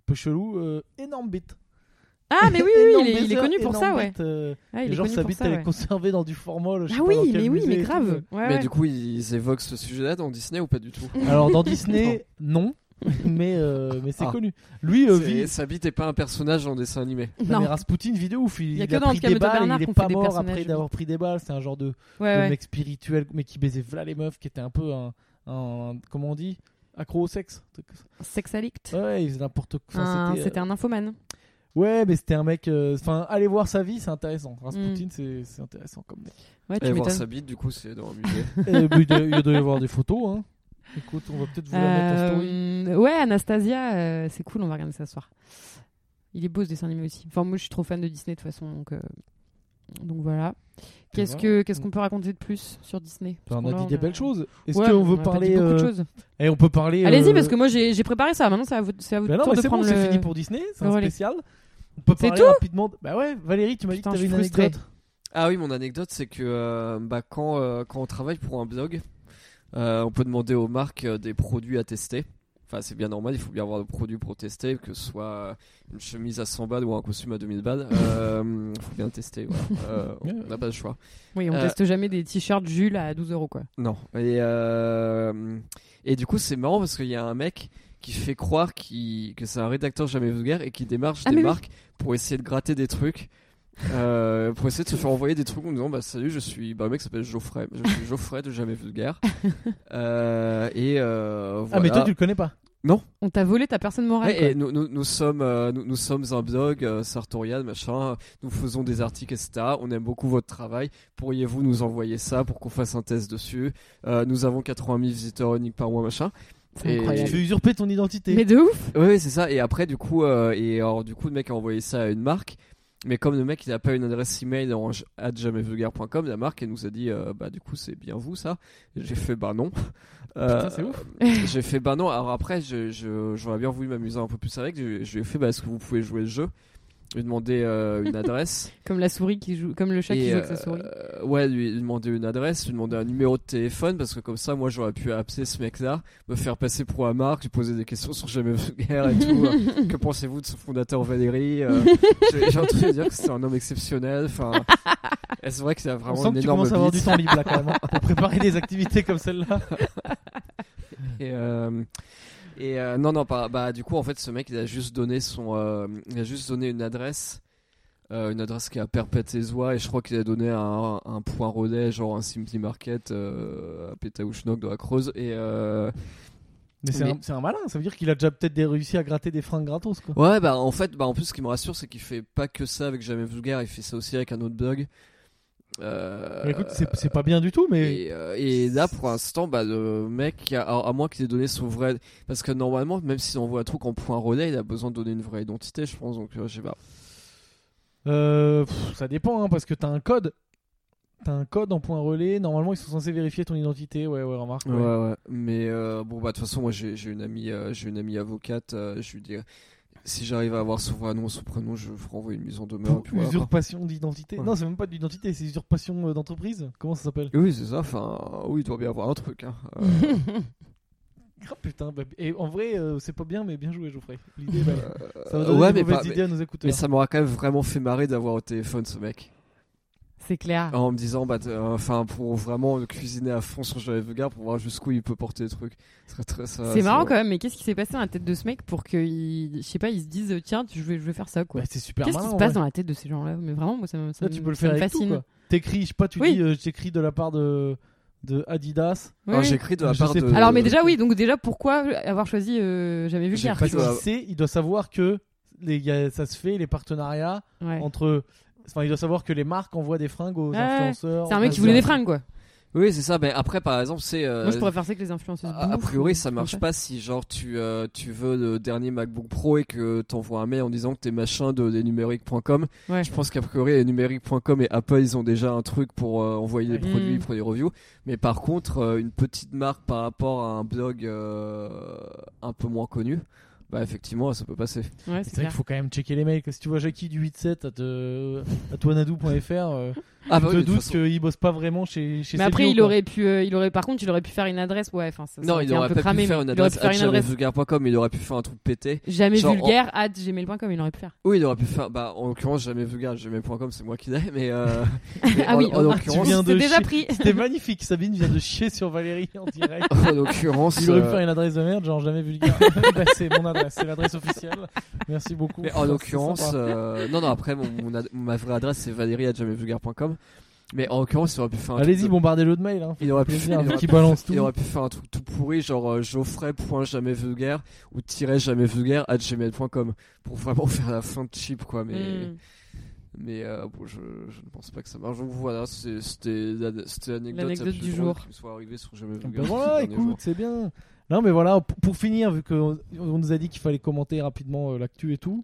[SPEAKER 1] peu chelou, euh, énorme bite.
[SPEAKER 3] Ah, mais oui, oui,
[SPEAKER 1] Énorme
[SPEAKER 3] il est, il est
[SPEAKER 1] baiser,
[SPEAKER 3] connu pour ça,
[SPEAKER 1] énorme
[SPEAKER 3] ouais.
[SPEAKER 1] bite, euh,
[SPEAKER 3] Ouais,
[SPEAKER 1] et
[SPEAKER 3] il est
[SPEAKER 1] genre
[SPEAKER 3] connu
[SPEAKER 1] sa
[SPEAKER 3] pour
[SPEAKER 1] bite
[SPEAKER 3] ça,
[SPEAKER 1] elle est
[SPEAKER 3] ouais.
[SPEAKER 1] conservée dans du formol. je sais
[SPEAKER 3] Ah
[SPEAKER 1] pas dans
[SPEAKER 3] oui,
[SPEAKER 1] quel
[SPEAKER 3] mais oui,
[SPEAKER 1] musée
[SPEAKER 3] mais
[SPEAKER 1] et tout.
[SPEAKER 3] grave. Ouais,
[SPEAKER 4] Mais
[SPEAKER 3] ouais.
[SPEAKER 4] du coup, ils évoquent ce sujet-là dans Disney ou pas du tout
[SPEAKER 1] euh. Alors dans Disney, non, mais euh, mais c'est
[SPEAKER 4] Ah.
[SPEAKER 1] connu. Lui euh,
[SPEAKER 4] C'est-
[SPEAKER 1] vit.
[SPEAKER 4] Sabit est pas un personnage en dessin animé.
[SPEAKER 1] Non. mais
[SPEAKER 3] Non.
[SPEAKER 1] Rasputin vit de ouf. Il,
[SPEAKER 3] Y a
[SPEAKER 1] il
[SPEAKER 3] que
[SPEAKER 1] a
[SPEAKER 3] dans
[SPEAKER 1] pris
[SPEAKER 3] le Cameo
[SPEAKER 1] des
[SPEAKER 3] de
[SPEAKER 1] balles,
[SPEAKER 3] Bernard
[SPEAKER 1] il
[SPEAKER 3] qu'on
[SPEAKER 1] est pas
[SPEAKER 3] fait des
[SPEAKER 1] mort après
[SPEAKER 3] personnages.
[SPEAKER 1] d'avoir pris des balles. C'est un genre de,
[SPEAKER 3] Ouais,
[SPEAKER 1] de
[SPEAKER 3] ouais.
[SPEAKER 1] mec spirituel, mais qui baisait v'là les meufs, qui était un peu un, un- comment on dit, accro au sexe. un truc comme ça.
[SPEAKER 3] Sex addict.
[SPEAKER 1] Ouais, Ouais, il faisait n'importe quoi. Enfin,
[SPEAKER 3] Un-
[SPEAKER 1] c'était, euh,
[SPEAKER 3] C'était un infomane.
[SPEAKER 1] Ouais, mais c'était un mec. euh, Enfin, allez voir sa vie, c'est intéressant.
[SPEAKER 3] Mm.
[SPEAKER 1] Rasputin, c'est, c'est intéressant comme mec.
[SPEAKER 3] Ouais, Ah, tu
[SPEAKER 4] Allez voir
[SPEAKER 3] m'étonnes.
[SPEAKER 4] Sabit, du coup, c'est dans un musée.
[SPEAKER 1] Euh, mais il doit- il doit y avoir des photos. Hein. Écoute, on va peut-être vous la mettre en story.
[SPEAKER 3] Euh, ouais, Anastasia, euh, c'est cool, on va regarder ça ce soir. Il est beau ce dessin animé aussi. Enfin, moi je suis trop fan de Disney de toute façon, donc, euh, donc voilà. Qu'est-ce
[SPEAKER 1] voilà.
[SPEAKER 3] que qu'est-ce qu'on peut raconter de plus sur Disney
[SPEAKER 1] Enfin, on a
[SPEAKER 3] Parce
[SPEAKER 1] dit
[SPEAKER 3] qu'on-
[SPEAKER 1] des
[SPEAKER 3] on
[SPEAKER 1] belles choses. Est-ce
[SPEAKER 3] oh Ouais,
[SPEAKER 1] qu'on
[SPEAKER 3] on
[SPEAKER 1] veut
[SPEAKER 3] a pas dit
[SPEAKER 1] parler
[SPEAKER 3] beaucoup de
[SPEAKER 1] euh,
[SPEAKER 3] choses.
[SPEAKER 1] Et on peut parler.
[SPEAKER 3] Allez-y,
[SPEAKER 1] euh,
[SPEAKER 3] parce que moi j'ai j'ai préparé ça. Maintenant, c'est à vous, c'est à vous
[SPEAKER 1] Bah non,
[SPEAKER 3] tour
[SPEAKER 1] mais
[SPEAKER 3] de
[SPEAKER 1] c'est bon,
[SPEAKER 3] prendre
[SPEAKER 1] c'est
[SPEAKER 3] le.
[SPEAKER 1] fini pour Disney. C'est un
[SPEAKER 3] relais.
[SPEAKER 1] spécial. On peut
[SPEAKER 3] C'est
[SPEAKER 1] parler
[SPEAKER 3] tout
[SPEAKER 1] rapidement. de- Bah ouais, Valérie, tu m'as dit
[SPEAKER 3] Putain,
[SPEAKER 1] que
[SPEAKER 3] je
[SPEAKER 1] t'avais une
[SPEAKER 3] suis frustrée.
[SPEAKER 1] anecdote.
[SPEAKER 4] Ah oui, mon anecdote, c'est que euh, bah, quand, euh, quand on travaille pour un blog, euh, on peut demander aux marques euh, des produits à tester. Enfin, c'est bien normal, il faut bien avoir des produits pour tester, que ce soit euh, une chemise à 100 balles ou un costume à 2000 balles. Il faut bien tester, voilà. Euh,
[SPEAKER 1] Ouais,
[SPEAKER 4] on n'a pas le choix.
[SPEAKER 3] Oui, on
[SPEAKER 4] Euh,
[SPEAKER 3] teste jamais des t-shirts Jules à 12 euros quoi.
[SPEAKER 4] Non. Et, euh, et du coup, c'est marrant parce qu'il y a un mec qui fait croire qu'il- que c'est un rédacteur jamais vulgaire et qui démarche
[SPEAKER 3] Ah,
[SPEAKER 4] des
[SPEAKER 3] mais oui.
[SPEAKER 4] marques pour essayer de gratter des trucs. euh, pour essayer de se faire envoyer des trucs en disant bah salut je suis bah, un mec qui s'appelle Geoffrey je suis Geoffrey de jamais vulgaire Euh, et euh,
[SPEAKER 1] Ah, mais
[SPEAKER 4] voilà.
[SPEAKER 1] toi, tu le connais pas.
[SPEAKER 3] On t'a volé ta personne morale.
[SPEAKER 4] Ouais,
[SPEAKER 3] quoi.
[SPEAKER 4] et nous, nous, nous sommes, euh, nous, nous sommes un blog euh, sartorial, machin. Nous faisons des articles, etc. On aime beaucoup votre travail. Pourriez-vous nous envoyer ça pour qu'on fasse un test dessus Euh, Nous avons 80 000 visiteurs uniques par mois, machin.
[SPEAKER 3] C'est
[SPEAKER 1] Tu
[SPEAKER 3] incroyable.
[SPEAKER 1] veux usurper ton identité.
[SPEAKER 3] Mais de ouf.
[SPEAKER 4] Oui, c'est ça. Et après, du coup, euh, et alors, du coup, le mec a envoyé ça à une marque. Mais comme le mec, il n'a pas une adresse email en j- @jamaisvulgaire.com, la marque, elle nous a dit, euh, bah, du coup, c'est bien vous, ça. J'ai fait, bah, non. Euh,
[SPEAKER 1] Putain, c'est ouf.
[SPEAKER 4] J'ai fait, bah, non. Alors après, je- je- j'aurais bien voulu m'amuser un peu plus avec. Je, je lui ai fait, bah, est-ce que vous pouvez jouer le jeu? Lui demander euh, une adresse.
[SPEAKER 3] Comme la souris qui joue, comme le chat qui
[SPEAKER 4] Et,
[SPEAKER 3] joue avec sa souris.
[SPEAKER 4] euh, ouais, lui lui demander une adresse, lui demander un numéro de téléphone, parce que comme ça, moi, j'aurais pu appeler ce mec-là, me faire passer pour un marque, lui poser des questions sur Jamais Vulgaire et tout. euh, que pensez-vous de ce fondateur Valérie euh, J'ai j'ai entendu dire que c'était un homme exceptionnel. Enfin, et c'est vrai que a
[SPEAKER 1] On
[SPEAKER 4] vraiment
[SPEAKER 1] sent
[SPEAKER 4] une
[SPEAKER 1] que tu
[SPEAKER 4] Ah, énorme
[SPEAKER 1] commences à avoir du
[SPEAKER 4] bite.
[SPEAKER 1] temps libre là quand même. hein, Pour préparer des activités comme celle-là.
[SPEAKER 4] Et, euh, et euh, non, non, pas, bah, du coup, en fait, ce mec, il a juste donné son, euh, il a juste donné une adresse, euh, une adresse qui est à Perpétézois, et je crois qu'il a donné un, un point relais, genre un Simply Market euh, à Pétaouchnok dans la Creuse, et euh,
[SPEAKER 1] Mais c'est
[SPEAKER 4] Mais-
[SPEAKER 1] un- c'est un malin. Ça veut dire qu'il a déjà peut-être des- réussi à gratter des fringues gratos quoi.
[SPEAKER 4] ouais, bah, en fait, bah, en plus, ce qui me rassure, c'est qu'il fait pas que ça avec Jamais Vulgaire, il fait ça aussi avec un autre blog. Euh,
[SPEAKER 1] Mais Écoute, c'est c'est pas bien du tout, mais.
[SPEAKER 4] Et, euh, et là, pour l'instant, bah, le mec, a- à, à moins qu'il ait donné son vrai. Parce que normalement, même s'il envoie un truc en point relais, il a besoin de donner une vraie identité, je pense. Donc, euh, je sais pas.
[SPEAKER 1] Euh, pff, ça dépend, hein, parce que t'as un code. T'as un code en point relais. Normalement, ils sont censés vérifier ton identité. Ouais, ouais, remarque. ouais.
[SPEAKER 4] Mais euh, bon, bah, de toute façon, moi, j'ai j'ai une, amie, euh, j'ai une amie avocate. euh, je lui dis si j'arrive à avoir son vrai nom, son prénom, je vous renvoie une mise en demeure. et
[SPEAKER 1] Pour
[SPEAKER 4] puis voilà, quoi.
[SPEAKER 1] usurpation d'identité.
[SPEAKER 4] Ouais.
[SPEAKER 1] Non, c'est même pas d'identité, c'est usurpation euh, d'entreprise. Comment ça s'appelle
[SPEAKER 4] Oui, c'est ça. Enfin, oui, il doit bien y avoir un truc. hein. Euh,
[SPEAKER 1] Ah, putain, bah, et en vrai, euh, c'est pas bien, mais bien joué, Geoffrey. L'idée, bah, ça va
[SPEAKER 4] euh,
[SPEAKER 1] donner
[SPEAKER 4] ouais,
[SPEAKER 1] des
[SPEAKER 4] mais,
[SPEAKER 1] mauvaises
[SPEAKER 4] pas-
[SPEAKER 1] idées
[SPEAKER 4] mais,
[SPEAKER 1] à nos écouteurs.
[SPEAKER 4] mais ça m'aura quand même vraiment fait marrer d'avoir au téléphone ce mec.
[SPEAKER 3] C'est clair.
[SPEAKER 4] en me disant bah t'es- enfin pour vraiment le cuisiner à fond sur Javier Vega pour voir jusqu'où il peut porter le truc Ce serait très ça-
[SPEAKER 3] C'est
[SPEAKER 4] ça-
[SPEAKER 3] marrant quand même, mais qu'est-ce qui s'est passé dans la tête de ce mec pour qu'ils, je sais pas, ils se disent tiens, je vais, je vais faire ça quoi.
[SPEAKER 1] Bah, c'est super
[SPEAKER 3] Qu'est-ce qui
[SPEAKER 1] malin,
[SPEAKER 3] se
[SPEAKER 1] en
[SPEAKER 3] passe
[SPEAKER 1] vrai.
[SPEAKER 3] dans la tête de ces gens-là Mais vraiment, moi ça me, ça
[SPEAKER 1] Là,
[SPEAKER 3] me-
[SPEAKER 1] tu peux le
[SPEAKER 3] ça
[SPEAKER 1] faire
[SPEAKER 3] me
[SPEAKER 1] avec tout,
[SPEAKER 3] fascine.
[SPEAKER 1] quoi. T'écris, je sais pas, tu
[SPEAKER 3] Oui.
[SPEAKER 1] dis, euh, j'écris de la part de, de Adidas.
[SPEAKER 3] Oui,
[SPEAKER 4] Alors,
[SPEAKER 3] oui.
[SPEAKER 4] j'écris de la
[SPEAKER 1] Je
[SPEAKER 4] part
[SPEAKER 1] sais
[SPEAKER 4] de
[SPEAKER 1] pas.
[SPEAKER 3] Alors, mais déjà oui, donc déjà pourquoi avoir choisi euh, Jamais vu
[SPEAKER 4] euh, J'ai
[SPEAKER 3] Pierre
[SPEAKER 4] pas
[SPEAKER 1] Parce
[SPEAKER 4] tu
[SPEAKER 1] qu'il
[SPEAKER 4] vois.
[SPEAKER 1] sait, il doit savoir que les, il y a- ça se fait, les partenariats
[SPEAKER 3] Ouais.
[SPEAKER 1] entre. Enfin, il doit savoir que les marques envoient des fringues aux
[SPEAKER 3] Ouais.
[SPEAKER 1] influenceurs.
[SPEAKER 3] C'est un
[SPEAKER 1] aux
[SPEAKER 3] mec qui voulait des
[SPEAKER 1] influenceurs.
[SPEAKER 3] fringues quoi.
[SPEAKER 4] Oui, c'est ça. Mais après, par exemple, c'est. euh,
[SPEAKER 3] Moi, je pourrais faire ça que les influenceuses.
[SPEAKER 4] a, a
[SPEAKER 3] bouffent,
[SPEAKER 4] priori,
[SPEAKER 3] ou
[SPEAKER 4] ça
[SPEAKER 3] comme
[SPEAKER 4] marche pas si genre tu, euh, tu veux le dernier MacBook Pro et que t'envoies un mail en disant que t'es machin de lesnumériques.com.
[SPEAKER 3] Ouais.
[SPEAKER 4] Je pense qu'a priori, lesnumériques.com et Apple, ils ont déjà un truc pour euh, envoyer les
[SPEAKER 1] Mm.
[SPEAKER 4] produits pour les reviews. Mais par contre, euh, une petite marque par rapport à un blog euh, un peu moins connu, bah effectivement, ça peut passer.
[SPEAKER 3] Ouais,
[SPEAKER 1] C'est
[SPEAKER 3] c'est
[SPEAKER 1] vrai qu'il
[SPEAKER 3] clair.
[SPEAKER 1] faut quand même checker les mails. Parce que si tu vois Jackie du 87 à, te... à toanadou.fr, euh,
[SPEAKER 4] Ah bah
[SPEAKER 1] je
[SPEAKER 4] oui,
[SPEAKER 1] te
[SPEAKER 4] mais de toute
[SPEAKER 1] doute
[SPEAKER 4] façon-
[SPEAKER 1] qu'il bosse pas vraiment chez, chez
[SPEAKER 3] Mais après,
[SPEAKER 1] Célio,
[SPEAKER 3] il
[SPEAKER 1] quoi.
[SPEAKER 3] aurait pu, euh, il aurait, par contre, il aurait pu faire une adresse, ouais, enfin, ça, ça
[SPEAKER 4] Non,
[SPEAKER 3] aurait
[SPEAKER 4] il
[SPEAKER 3] été un
[SPEAKER 4] aurait
[SPEAKER 3] peu
[SPEAKER 4] pas
[SPEAKER 3] cramé,
[SPEAKER 4] pu faire une
[SPEAKER 3] mais il aurait
[SPEAKER 4] adresse
[SPEAKER 3] pu faire une adresse
[SPEAKER 4] vulgaire.com, il aurait pu faire un truc pété.
[SPEAKER 3] jamais
[SPEAKER 4] Genre,
[SPEAKER 3] vulgaire at gmail.com, il aurait pu faire.
[SPEAKER 4] Oui, il aurait pu faire. Bah, en l'occurrence, jamais vulgaire, jamais.com, c'est moi qui l'ai, mais. Euh... mais
[SPEAKER 3] Ah
[SPEAKER 4] en-
[SPEAKER 3] oui,
[SPEAKER 4] en,
[SPEAKER 3] remarque,
[SPEAKER 1] tu viens
[SPEAKER 4] l'occurrence,
[SPEAKER 1] de
[SPEAKER 3] C'est déjà
[SPEAKER 1] chier.
[SPEAKER 3] pris.
[SPEAKER 1] C'était magnifique. Sabine vient de chier sur Valérie en direct.
[SPEAKER 4] en l'occurrence.
[SPEAKER 1] Il aurait pu
[SPEAKER 4] euh,
[SPEAKER 1] faire une adresse de merde, genre jamais vulgaire. Bah, c'est mon adresse, c'est l'adresse officielle. Merci beaucoup.
[SPEAKER 4] Mais en
[SPEAKER 1] C'est
[SPEAKER 4] l'occurrence,
[SPEAKER 1] sympa.
[SPEAKER 4] euh, non, non, après, mon, mon ad- ma vraie adresse c'est valérie.jamaisvulgaire.com. Mais en l'occurrence, il aurait pu faire un truc
[SPEAKER 1] Allez-y,
[SPEAKER 4] de-
[SPEAKER 1] bombardez-le de mails. Hein.
[SPEAKER 4] Il aurait pu,
[SPEAKER 1] Plaisir,
[SPEAKER 4] il
[SPEAKER 1] vu
[SPEAKER 4] aurait
[SPEAKER 1] qu'il
[SPEAKER 4] pu-
[SPEAKER 1] balance
[SPEAKER 4] il
[SPEAKER 1] tout.
[SPEAKER 4] aurait pu faire un truc tout pourri, genre euh, geoffrey.jamaisvulgaire ou -jamaisvulgaire at gmail.com pour vraiment faire la fin de cheap, quoi. Mais,
[SPEAKER 3] Hmm.
[SPEAKER 4] mais euh, bon, je, je ne pense pas que ça marche. Donc voilà, c'est- c'était la- c'était l'anecdote la
[SPEAKER 3] L'anecdote
[SPEAKER 4] plus
[SPEAKER 3] du
[SPEAKER 4] drôle
[SPEAKER 3] jour.
[SPEAKER 4] qui me soit arrivée sur Jamais
[SPEAKER 1] Ben
[SPEAKER 4] Vulgaire.
[SPEAKER 1] voilà,
[SPEAKER 4] ces derniers jours.
[SPEAKER 1] écoute, c'est bien. Non, mais voilà, pour, pour finir, vu qu'on on nous a dit qu'il fallait commenter rapidement euh, l'actu et tout,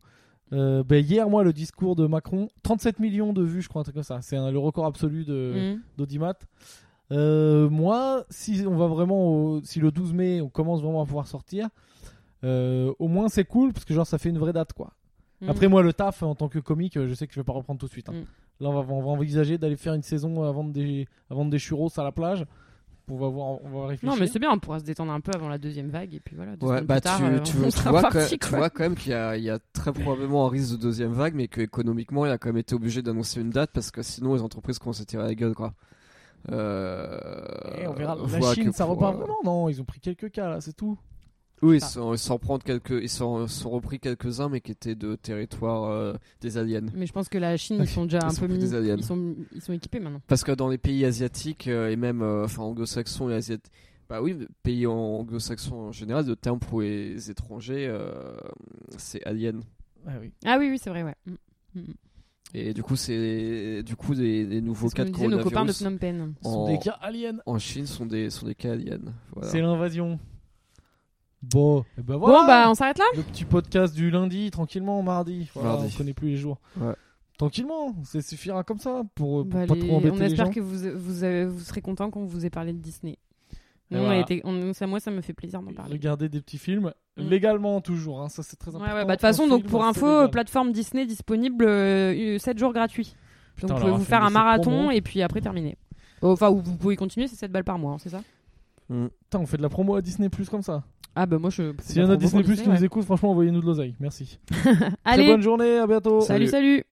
[SPEAKER 1] euh, ben, hier, moi, le discours de Macron, 37 millions de vues, je crois, un truc comme ça. C'est un- le record absolu de-
[SPEAKER 3] Mm.
[SPEAKER 1] d'Audimat. Euh, moi, si on va vraiment, au- si le 12 mai, on commence vraiment à pouvoir sortir, euh, au moins c'est cool parce que genre ça fait une vraie date quoi.
[SPEAKER 3] Mm.
[SPEAKER 1] Après moi le taf en tant que comique, euh, je sais que je vais pas reprendre tout de suite. hein.
[SPEAKER 3] Mm.
[SPEAKER 1] Là on va, on va envisager d'aller faire une saison avant des, à vendre des churros à la plage. On va voir, on va réfléchir.
[SPEAKER 3] Non, mais c'est bien, on pourra se détendre un peu avant la deuxième vague, et puis voilà. deux
[SPEAKER 4] Ouais,
[SPEAKER 3] semaines
[SPEAKER 4] bah
[SPEAKER 3] plus tard,
[SPEAKER 4] tu,
[SPEAKER 3] euh,
[SPEAKER 4] tu,
[SPEAKER 3] on
[SPEAKER 4] tu
[SPEAKER 3] sera
[SPEAKER 4] vois
[SPEAKER 3] parti,
[SPEAKER 4] que- tu
[SPEAKER 3] quoi.
[SPEAKER 4] vois quand même qu'il y, a- il y a très probablement un risque de deuxième vague, mais que économiquement il a quand même été obligé d'annoncer une date parce que sinon les entreprises commencent à tirer la gueule quoi. Euh,
[SPEAKER 1] Eh, on verra. La
[SPEAKER 4] voit
[SPEAKER 1] Chine,
[SPEAKER 4] que
[SPEAKER 1] ça
[SPEAKER 4] pour,
[SPEAKER 1] repart
[SPEAKER 4] euh,
[SPEAKER 1] vraiment Ah. Non, ils ont pris quelques cas là, c'est tout.
[SPEAKER 4] Oui, ils sont- ils s'en prennent quelques, ils s'en sont repris quelques uns, mais qui étaient de territoire euh, des aliens.
[SPEAKER 3] Mais je pense que la Chine, ils sont déjà un
[SPEAKER 4] sont
[SPEAKER 3] peu
[SPEAKER 4] plus
[SPEAKER 3] mis-
[SPEAKER 4] des aliens.
[SPEAKER 3] Ils sont, ils sont équipés maintenant.
[SPEAKER 4] Parce que dans les pays asiatiques euh, et même euh, enfin anglo-saxons et asiatiques, bah oui, pays en- anglo-saxons en général, le terme pour les étrangers, euh, c'est alien.
[SPEAKER 1] Ah oui.
[SPEAKER 3] Ah oui, oui, c'est vrai, ouais. Mm. Mm.
[SPEAKER 4] Et du coup, c'est du coup des, des nouveaux
[SPEAKER 3] C'est ce que
[SPEAKER 4] cas de
[SPEAKER 3] nous disaient nos copains de
[SPEAKER 4] coronavirus
[SPEAKER 3] Phnom Penh.
[SPEAKER 1] Ce sont
[SPEAKER 4] en,
[SPEAKER 1] des cas aliens.
[SPEAKER 4] en Chine sont des sont des cas aliens. Oh. Voilà.
[SPEAKER 1] C'est l'invasion. Bon, et ben voilà.
[SPEAKER 3] Bon, bah, on s'arrête là
[SPEAKER 1] Le petit podcast du lundi, tranquillement, mardi. Voilà,
[SPEAKER 4] Mardi.
[SPEAKER 1] On connaît plus les jours.
[SPEAKER 4] Ouais.
[SPEAKER 1] Tranquillement, ça suffira comme ça pour, pour
[SPEAKER 3] Bah,
[SPEAKER 1] pas
[SPEAKER 3] les-
[SPEAKER 1] trop embêter
[SPEAKER 3] On
[SPEAKER 1] les gens.
[SPEAKER 3] espère que vous, vous, avez- vous serez content qu'on vous ait parlé de Disney.
[SPEAKER 1] Et
[SPEAKER 3] Nous, on a
[SPEAKER 1] voilà.
[SPEAKER 3] été- on- ça, moi, ça me fait plaisir d'en parler.
[SPEAKER 1] Regarder des petits films
[SPEAKER 3] Mm.
[SPEAKER 1] légalement toujours. hein, ça c'est très
[SPEAKER 3] Ouais,
[SPEAKER 1] important.
[SPEAKER 3] ouais, bah, de toute
[SPEAKER 1] Un
[SPEAKER 3] façon, donc
[SPEAKER 1] film,
[SPEAKER 3] pour
[SPEAKER 1] c'est
[SPEAKER 3] info,
[SPEAKER 1] légal.
[SPEAKER 3] plateforme Disney disponible euh, 7 jours gratuits.
[SPEAKER 1] Putain,
[SPEAKER 3] donc
[SPEAKER 1] on
[SPEAKER 3] vous pouvez
[SPEAKER 1] leur a
[SPEAKER 3] vous
[SPEAKER 1] fait
[SPEAKER 3] faire un
[SPEAKER 1] laisser promo.
[SPEAKER 3] marathon et puis après terminer. Enfin, ou vous pouvez continuer, c'est 7 balles par mois, hein, c'est ça
[SPEAKER 1] Putain, on fait de la promo à Disney Plus comme ça.
[SPEAKER 3] Ah bah moi je.
[SPEAKER 1] S'il y en a Disney Plus qui
[SPEAKER 3] ouais.
[SPEAKER 1] nous écoute, franchement, envoyez-nous de l'oseille. Merci. Très
[SPEAKER 3] Allez,
[SPEAKER 1] bonne journée, à bientôt.
[SPEAKER 3] salut. salut.